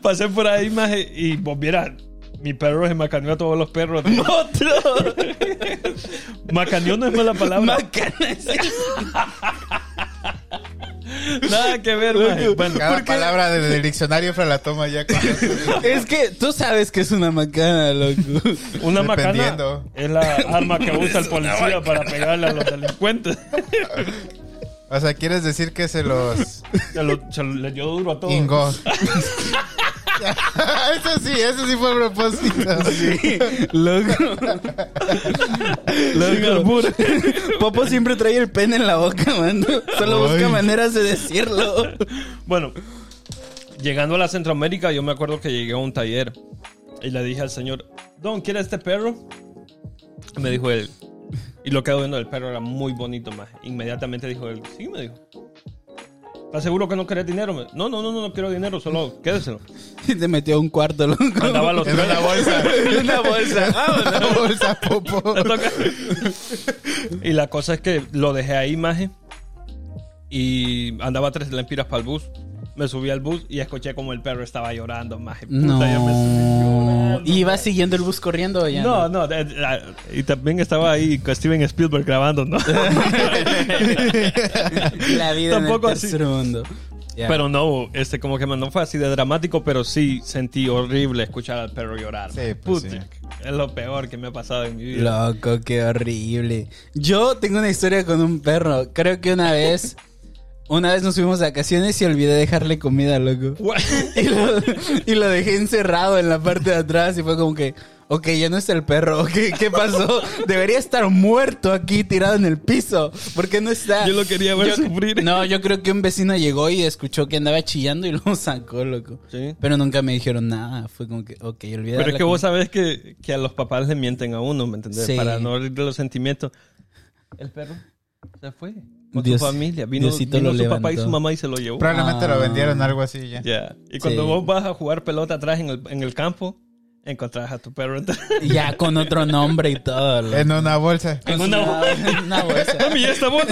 [SPEAKER 1] Pasé por ahí, maje, y vos vieras, mi perro se macaneó a todos los perros.
[SPEAKER 2] ¡Otro!
[SPEAKER 1] Macaneó no es mala palabra.
[SPEAKER 2] Macana.
[SPEAKER 1] Nada que ver, maje. Bueno,
[SPEAKER 3] Cada
[SPEAKER 2] ¿Por qué?
[SPEAKER 3] palabra del, del diccionario fra la toma ya. con-
[SPEAKER 2] Es que tú sabes que es una macana, loco.
[SPEAKER 1] una macana
[SPEAKER 3] Dependiendo.
[SPEAKER 1] es la arma que usa el policía para pegarle a los delincuentes.
[SPEAKER 3] O sea, ¿quieres decir que se los
[SPEAKER 1] Se, lo- se lo- le dio duro a todos.
[SPEAKER 3] ingó? eso sí, eso sí fue a propósito.
[SPEAKER 2] Loco.
[SPEAKER 1] Sin albur.
[SPEAKER 2] Popo siempre trae el pene en la boca, mano. Solo busca
[SPEAKER 3] Ay.
[SPEAKER 2] maneras de decirlo.
[SPEAKER 1] Bueno, llegando a la Centroamérica, yo me acuerdo que llegué a un taller y le dije al señor, Don, ¿quiere este perro? Y Me dijo él. Y lo quedó viendo, el perro era muy bonito, más. Inmediatamente dijo él, sí, me dijo. ¿Estás seguro que no querés dinero? Me- No, no, no, no, no quiero dinero, solo quédeselo.
[SPEAKER 2] Y te metió a un cuarto, loco.
[SPEAKER 1] Mandaba los
[SPEAKER 3] En una
[SPEAKER 1] perros.
[SPEAKER 3] bolsa.
[SPEAKER 2] Una bolsa.
[SPEAKER 3] Una
[SPEAKER 2] Vámonos.
[SPEAKER 3] bolsa, popo.
[SPEAKER 1] Y la cosa es que lo dejé ahí, maje. Y andaba tres lempiras para el bus. Me subí al bus y escuché como el perro estaba llorando, maje. Puta, yo me subí
[SPEAKER 2] No.
[SPEAKER 1] llorando.
[SPEAKER 2] ¿Y vas siguiendo el bus corriendo o ya?
[SPEAKER 1] No, no, de- de- ah, y también estaba ahí con Steven Spielberg grabando, ¿no?
[SPEAKER 2] La vida
[SPEAKER 1] Tampoco
[SPEAKER 2] en el
[SPEAKER 1] así.
[SPEAKER 2] tercer mundo. Ya.
[SPEAKER 1] Pero no, este como que no fue así de dramático, pero sí sentí horrible escuchar al perro llorar.
[SPEAKER 3] Sí, pues,
[SPEAKER 1] Puta,
[SPEAKER 3] sí.
[SPEAKER 1] Es lo peor que me ha pasado en mi vida.
[SPEAKER 2] Loco, qué horrible. Yo tengo una historia con un perro. Creo que una vez. Una vez nos fuimos de vacaciones y olvidé dejarle comida, loco.
[SPEAKER 1] Gua-
[SPEAKER 2] Y lo, y lo dejé encerrado en la parte de atrás y fue como que, Ok, ya no está el perro. ¿Qué, qué pasó? Debería estar muerto aquí, tirado en el piso. ¿Por qué no está?
[SPEAKER 1] Yo lo quería ver
[SPEAKER 2] Yo-
[SPEAKER 1] sufrir.
[SPEAKER 2] No, yo creo que un vecino llegó y escuchó que andaba chillando y lo sacó, loco.
[SPEAKER 1] Sí.
[SPEAKER 2] Pero nunca me dijeron nada. Fue como que, ok, olvídate.
[SPEAKER 1] Pero es que vos sabés que, que a los papás le mienten a uno, ¿me entendés?
[SPEAKER 2] Sí.
[SPEAKER 1] Para no abrirle los sentimientos. El perro se fue con
[SPEAKER 2] Dios-
[SPEAKER 1] su familia. Vino,
[SPEAKER 2] Diosito
[SPEAKER 1] vino
[SPEAKER 2] lo
[SPEAKER 1] su papá y
[SPEAKER 2] levantó.
[SPEAKER 1] su mamá y se lo llevó.
[SPEAKER 3] Probablemente
[SPEAKER 2] Ah.
[SPEAKER 3] lo vendieron algo así ya.
[SPEAKER 1] Ya. Y cuando
[SPEAKER 2] Sí.
[SPEAKER 1] vos vas a jugar pelota atrás en el, en el campo, encontrás a tu perro.
[SPEAKER 2] Ya con otro nombre y todo. loco.
[SPEAKER 3] En una bolsa.
[SPEAKER 1] en una
[SPEAKER 2] una bolsa.
[SPEAKER 1] Mami, ya está bueno.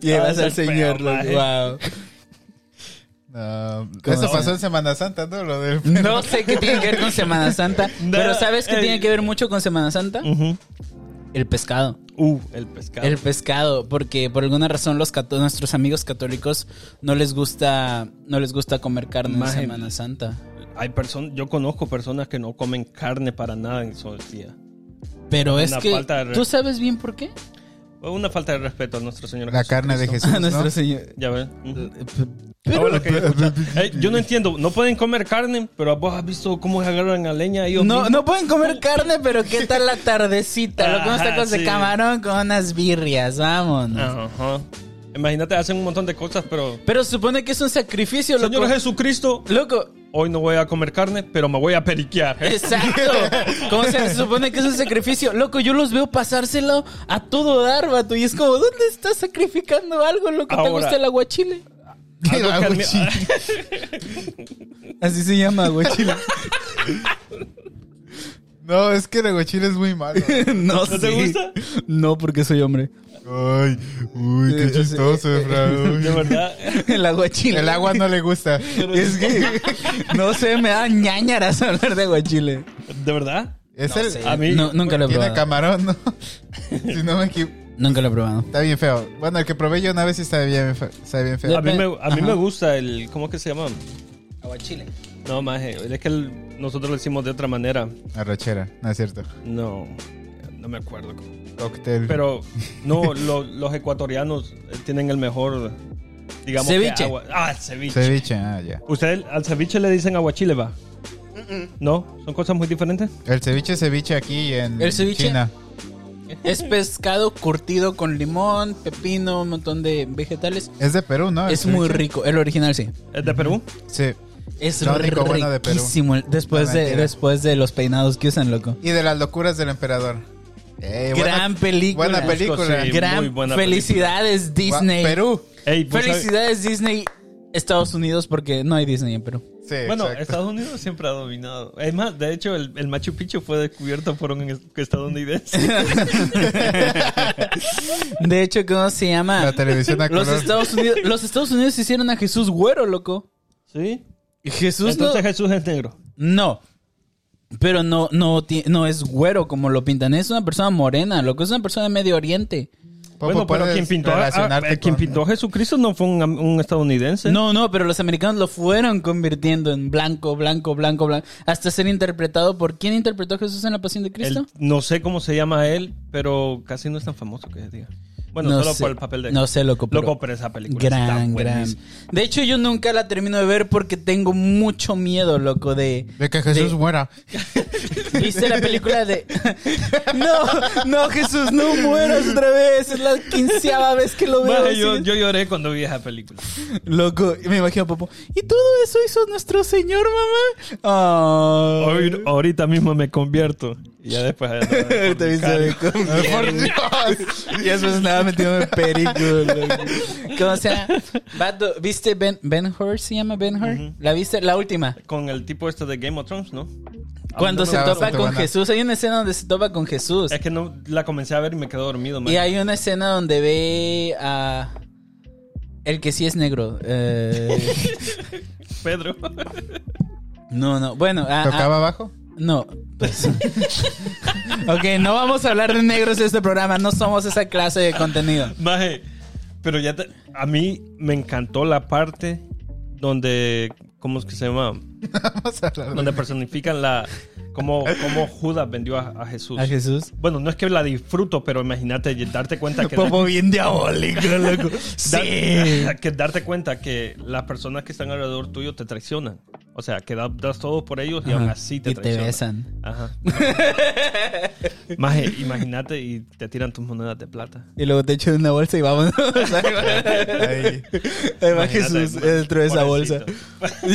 [SPEAKER 2] Llevas
[SPEAKER 1] Ah,
[SPEAKER 2] al
[SPEAKER 1] es el
[SPEAKER 2] señor,
[SPEAKER 1] peor,
[SPEAKER 2] loco.
[SPEAKER 1] maje.
[SPEAKER 2] Wow.
[SPEAKER 3] No,
[SPEAKER 2] ¿Cómo
[SPEAKER 3] eso
[SPEAKER 2] se
[SPEAKER 3] pasó
[SPEAKER 2] llama?
[SPEAKER 3] en Semana Santa, ¿no? Lo del
[SPEAKER 2] No sé qué tiene que ver con Semana Santa.
[SPEAKER 1] No,
[SPEAKER 2] pero ¿sabes qué
[SPEAKER 1] ey.
[SPEAKER 2] tiene que ver mucho con Semana Santa?
[SPEAKER 1] Ujú.
[SPEAKER 2] El pescado.
[SPEAKER 1] Uh, el pescado.
[SPEAKER 2] El pescado, porque por alguna razón los cató- nuestros amigos católicos no les gusta no les gusta comer carne
[SPEAKER 1] Maje.
[SPEAKER 2] en Semana Santa.
[SPEAKER 1] Hay personas, yo conozco personas que no comen carne para nada en su día.
[SPEAKER 2] Pero es
[SPEAKER 1] Una
[SPEAKER 2] que
[SPEAKER 1] falta de re-
[SPEAKER 2] tú sabes bien por qué.
[SPEAKER 1] Fue Una falta de respeto a nuestro Señor
[SPEAKER 3] La
[SPEAKER 1] Jesucristo.
[SPEAKER 3] carne de Jesús. ¿no?
[SPEAKER 2] Señor.
[SPEAKER 1] Ya ven. Ujú.
[SPEAKER 2] Pero-
[SPEAKER 1] Ahora que yo, escucha- Ey, yo no entiendo, no pueden comer carne, pero vos has visto cómo se agarran a leña ellos.
[SPEAKER 2] no,
[SPEAKER 1] mismos?
[SPEAKER 2] no pueden comer carne, pero ¿qué tal la tardecita? Loco, unos
[SPEAKER 1] Ajá,
[SPEAKER 2] tacos de
[SPEAKER 1] sí. Ah.
[SPEAKER 2] camarón con unas birrias, vámonos.
[SPEAKER 1] Ajá. Imagínate, hacen un montón de cosas, pero.
[SPEAKER 2] Pero supone que es un sacrificio, loco.
[SPEAKER 1] Señor Jesucristo,
[SPEAKER 2] Loco,
[SPEAKER 1] hoy no voy a comer carne, pero me voy a periquear. ¿eh?
[SPEAKER 2] Exacto. Como se supone que es un sacrificio. Loco, yo los veo pasárselo a todo dar, vato. Y es como, ¿dónde estás sacrificando algo, loco? ¿Te
[SPEAKER 1] Ahora.
[SPEAKER 2] gusta el aguachile?
[SPEAKER 1] Algo que admi-
[SPEAKER 2] Así se llama aguachile.
[SPEAKER 3] No, es que el aguachile es muy malo.
[SPEAKER 2] no,
[SPEAKER 1] ¿No te
[SPEAKER 2] sí.
[SPEAKER 1] gusta?
[SPEAKER 2] No, porque soy hombre.
[SPEAKER 3] Ay, uy, qué chistoso, Efra, uy.
[SPEAKER 1] De verdad.
[SPEAKER 2] El aguachile.
[SPEAKER 3] El agua no le gusta.
[SPEAKER 2] Es que, no sé, me da ñañaras hablar de aguachile.
[SPEAKER 1] De verdad.
[SPEAKER 3] Es
[SPEAKER 2] No
[SPEAKER 3] el- Ah,
[SPEAKER 2] sé.
[SPEAKER 1] a mí-
[SPEAKER 2] No, nunca lo he
[SPEAKER 3] Tiene
[SPEAKER 2] probado.
[SPEAKER 3] camarón, ¿no? Si no me equivoco.
[SPEAKER 2] Nunca lo he probado.
[SPEAKER 3] Está bien feo. Bueno, el que probé yo una vez sí estaba bien feo. Está bien
[SPEAKER 1] A mí
[SPEAKER 3] feo.
[SPEAKER 1] me, a mí
[SPEAKER 2] Ajá.
[SPEAKER 1] me gusta el. ¿Cómo que se llama?
[SPEAKER 2] Aguachile.
[SPEAKER 1] No, maje. Es que el- nosotros lo hicimos de otra manera.
[SPEAKER 3] Arrochera, no es cierto.
[SPEAKER 1] No. No me acuerdo. cómo.
[SPEAKER 3] Cóctel.
[SPEAKER 1] Pero no, lo- los ecuatorianos eh, tienen el mejor. Digamos. que
[SPEAKER 2] Ceviche.
[SPEAKER 1] agua- Ah, ceviche.
[SPEAKER 3] Ceviche, ah, ya.
[SPEAKER 1] Ustedes al ceviche le dicen aguachile, va. No, son cosas muy diferentes.
[SPEAKER 3] El ceviche es ceviche aquí en
[SPEAKER 2] ¿El ceviche?
[SPEAKER 3] China.
[SPEAKER 2] Es pescado curtido con limón, pepino, un montón de vegetales.
[SPEAKER 3] Es de Perú, ¿no? El
[SPEAKER 2] Es muy
[SPEAKER 3] ceviche.
[SPEAKER 2] rico. El original, sí.
[SPEAKER 1] ¿Es de Perú?
[SPEAKER 3] Sí.
[SPEAKER 2] Es
[SPEAKER 3] Lo único bueno de Perú.
[SPEAKER 2] riquísimo el- después,
[SPEAKER 3] No,
[SPEAKER 2] de,
[SPEAKER 3] mentira.
[SPEAKER 2] después de los peinados que usan, loco.
[SPEAKER 3] Y de las locuras del emperador. Eh, buena-
[SPEAKER 2] Gran película.
[SPEAKER 3] Buena película.
[SPEAKER 1] Sí, muy
[SPEAKER 2] Gran
[SPEAKER 1] buena
[SPEAKER 2] felicidades
[SPEAKER 3] Gua-
[SPEAKER 2] Disney.
[SPEAKER 3] Perú.
[SPEAKER 1] Ey, pues, ¿vos sabés-
[SPEAKER 2] Felicidades Disney Estados Unidos porque no hay Disney en Perú.
[SPEAKER 3] Sí,
[SPEAKER 1] Bueno,
[SPEAKER 3] exacto.
[SPEAKER 1] Estados Unidos siempre ha dominado. Es más, de hecho, el, el Machu Picchu fue descubierto por un es- estadounidense.
[SPEAKER 2] De hecho, ¿cómo se llama?
[SPEAKER 3] La televisión a
[SPEAKER 2] Los
[SPEAKER 3] color.
[SPEAKER 2] Estados Unidos, los Estados Unidos hicieron a Jesús güero, loco.
[SPEAKER 1] ¿Sí?
[SPEAKER 2] Y Jesús no,
[SPEAKER 1] Entonces Jesús es negro.
[SPEAKER 2] no. Pero no, no, ti- no es güero como lo pintan. Es una persona morena, loco. Es una persona de Medio Oriente.
[SPEAKER 3] Popo,
[SPEAKER 1] bueno, pero
[SPEAKER 3] puedes
[SPEAKER 1] quien pintó, a-
[SPEAKER 3] relacionarte
[SPEAKER 1] a- quien
[SPEAKER 3] con-
[SPEAKER 1] pintó a Jesucristo no fue un, am- un estadounidense.
[SPEAKER 2] No, no, pero los americanos lo fueron convirtiendo en blanco, blanco, blanco, blanco, hasta ser interpretado por quién interpretó a Jesús en la Pasión de
[SPEAKER 1] Él-
[SPEAKER 2] Cristo.
[SPEAKER 1] no sé cómo se llama él, pero casi no es tan famoso que se diga. Bueno,
[SPEAKER 2] No
[SPEAKER 1] solo
[SPEAKER 2] sé.
[SPEAKER 1] por el papel de...
[SPEAKER 2] No sé, loco, pero-
[SPEAKER 1] Loco, pero esa película
[SPEAKER 2] Gran,
[SPEAKER 1] está
[SPEAKER 2] gran.
[SPEAKER 1] buenísima.
[SPEAKER 2] De hecho, yo nunca la termino de ver porque tengo mucho miedo, loco, de.
[SPEAKER 3] De que Jesús
[SPEAKER 2] de-
[SPEAKER 3] muera.
[SPEAKER 2] ¿Viste la película de.? no, no, Jesús, no mueras otra vez. Es la quinceava vez que lo veo.
[SPEAKER 1] Madre, yo,
[SPEAKER 2] así.
[SPEAKER 1] yo lloré cuando vi esa película.
[SPEAKER 2] Loco, y me imagino, Popo. ¿Y todo eso hizo nuestro Señor, mamá? Ah.
[SPEAKER 1] Ahor- Ahorita mismo me convierto. Y ya después...
[SPEAKER 2] Ahorita bien se ve con-
[SPEAKER 3] Por Dios.
[SPEAKER 2] Y después estaba metido en perico. loco. ¿Cómo se llama? Vato, ¿Viste Ben, ben Hur? ¿Se llama Ben Hur? ¿La viste? La última.
[SPEAKER 1] Con el tipo este de Game of Thrones, ¿no?
[SPEAKER 2] Pues Cuando se
[SPEAKER 3] la
[SPEAKER 2] topa
[SPEAKER 3] bastante
[SPEAKER 2] con
[SPEAKER 3] buena.
[SPEAKER 2] Jesús. Hay una escena donde se topa con Jesús.
[SPEAKER 1] Es que no la comencé a ver y me quedé dormido, man.
[SPEAKER 2] Y hay una escena donde ve a. El que sí es negro. Eh,
[SPEAKER 1] Pedro.
[SPEAKER 2] no, no. Bueno, a- a-
[SPEAKER 3] ¿Tocaba abajo?
[SPEAKER 2] no. pues. ok, no vamos a hablar de negros en este programa. No somos esa clase de contenido.
[SPEAKER 1] Maje, pero ya te- a mí me encantó la parte donde ¿cómo es que se llama?
[SPEAKER 3] Vamos a hablar.
[SPEAKER 1] Donde personifican la cómo, cómo Judas vendió a, a Jesús.
[SPEAKER 2] A Jesús.
[SPEAKER 1] Bueno, no es que la disfruto, pero imagínate y darte cuenta que
[SPEAKER 2] Popo bien diabólico, loco.
[SPEAKER 1] dar-
[SPEAKER 2] Pues, Sí.
[SPEAKER 1] que darte cuenta que las personas que están alrededor tuyo te traicionan. O O sea, que da- das todo por ellos y aún
[SPEAKER 2] Ajá.
[SPEAKER 1] así te
[SPEAKER 2] y te
[SPEAKER 1] traicionan.
[SPEAKER 2] besan.
[SPEAKER 1] Ajá. Maje, imagínate y te tiran tus monedas de plata.
[SPEAKER 2] Y luego te echan una bolsa y vámonos. Ahí
[SPEAKER 3] Ahí.
[SPEAKER 2] va
[SPEAKER 1] Imagínate,
[SPEAKER 2] Jesús dentro de esa bolsa.
[SPEAKER 1] pobrecito.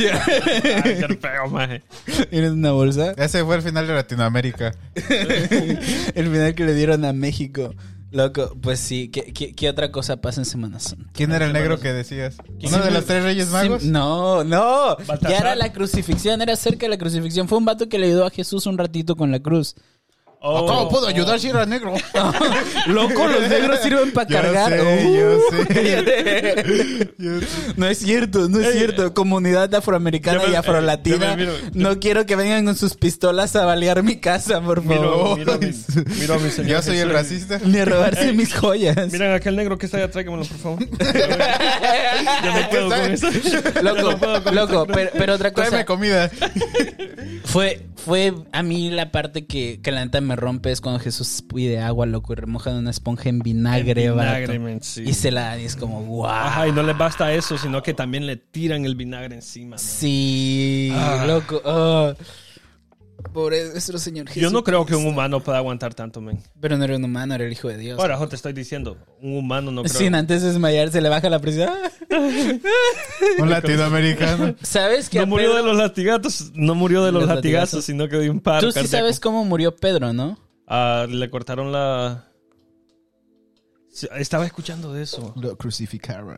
[SPEAKER 1] Ay, qué feo, maje.
[SPEAKER 2] Eres una bolsa.
[SPEAKER 3] Ese fue el final de Latinoamérica.
[SPEAKER 2] El final que le dieron a México. Loco, pues sí. ¿Qué, qué, qué otra cosa pasa en Semana Santa?
[SPEAKER 3] ¿Quién era el negro que decías? ¿Uno de
[SPEAKER 2] Sí,
[SPEAKER 3] los tres reyes
[SPEAKER 2] sí,
[SPEAKER 3] magos?
[SPEAKER 2] no, no.
[SPEAKER 1] Baltasar.
[SPEAKER 2] Ya era la crucifixión, era cerca de la crucifixión. Fue un vato que le ayudó a Jesús un ratito con la cruz.
[SPEAKER 1] Oh,
[SPEAKER 3] ¿Cómo puedo
[SPEAKER 1] oh.
[SPEAKER 3] ayudar si era negro?
[SPEAKER 2] Loco, los negros sirven para
[SPEAKER 3] Yo
[SPEAKER 2] cargar.
[SPEAKER 3] sé, yo sé.
[SPEAKER 2] cállate. No es cierto, no es cierto. Comunidad afroamericana
[SPEAKER 1] Yo me-
[SPEAKER 2] y afrolatina.
[SPEAKER 1] yo me miro-
[SPEAKER 2] no quiero que vengan con sus pistolas a balear mi casa, por
[SPEAKER 1] Miro,
[SPEAKER 2] favor.
[SPEAKER 1] miro a mis- miro a mi señor
[SPEAKER 3] Yo soy el
[SPEAKER 1] Jesús.
[SPEAKER 3] racista.
[SPEAKER 2] Ni a robarse mis joyas.
[SPEAKER 1] Miren aquel negro que está allá, tráigamelo, por favor. Yo no puedo con eso.
[SPEAKER 2] Loco, loco, pero, pero otra cosa.
[SPEAKER 3] Tráeme comida.
[SPEAKER 2] Fue, fue a mí la parte que, que la neta me rompe es cuando Jesús pide agua, loco, y remoja en una esponja en vinagre,
[SPEAKER 1] El
[SPEAKER 2] vato.
[SPEAKER 1] vinagre, men, sí.
[SPEAKER 2] Y se la da y es como, wow.
[SPEAKER 1] Ajá, y no les basta eso, sino que también le tiran el vinagre encima. man.
[SPEAKER 2] Sí,
[SPEAKER 1] Ah.
[SPEAKER 2] loco. ah. Pobre nuestro Señor Jesús.
[SPEAKER 1] Yo no creo que un humano pueda aguantar tanto, men.
[SPEAKER 2] Pero no era un humano, era el Hijo de Dios.
[SPEAKER 1] Ahora, jo, te estoy diciendo, un humano no creo.
[SPEAKER 2] Sin antes desmayar, se le baja la presión. Ah.
[SPEAKER 3] Un latinoamericano.
[SPEAKER 2] ¿Sabes que
[SPEAKER 1] no
[SPEAKER 2] a
[SPEAKER 1] murió
[SPEAKER 2] Pedro-
[SPEAKER 1] de los latigazos, no murió de los,
[SPEAKER 2] Los
[SPEAKER 1] latigazos,
[SPEAKER 2] latigazos.
[SPEAKER 1] sino que de un paro
[SPEAKER 2] Tú sí
[SPEAKER 1] cardíaco.
[SPEAKER 2] sabes cómo murió Pedro, ¿no?
[SPEAKER 1] Ah, le cortaron la... Sí, Estaba escuchando de eso,
[SPEAKER 3] Lo crucificaron.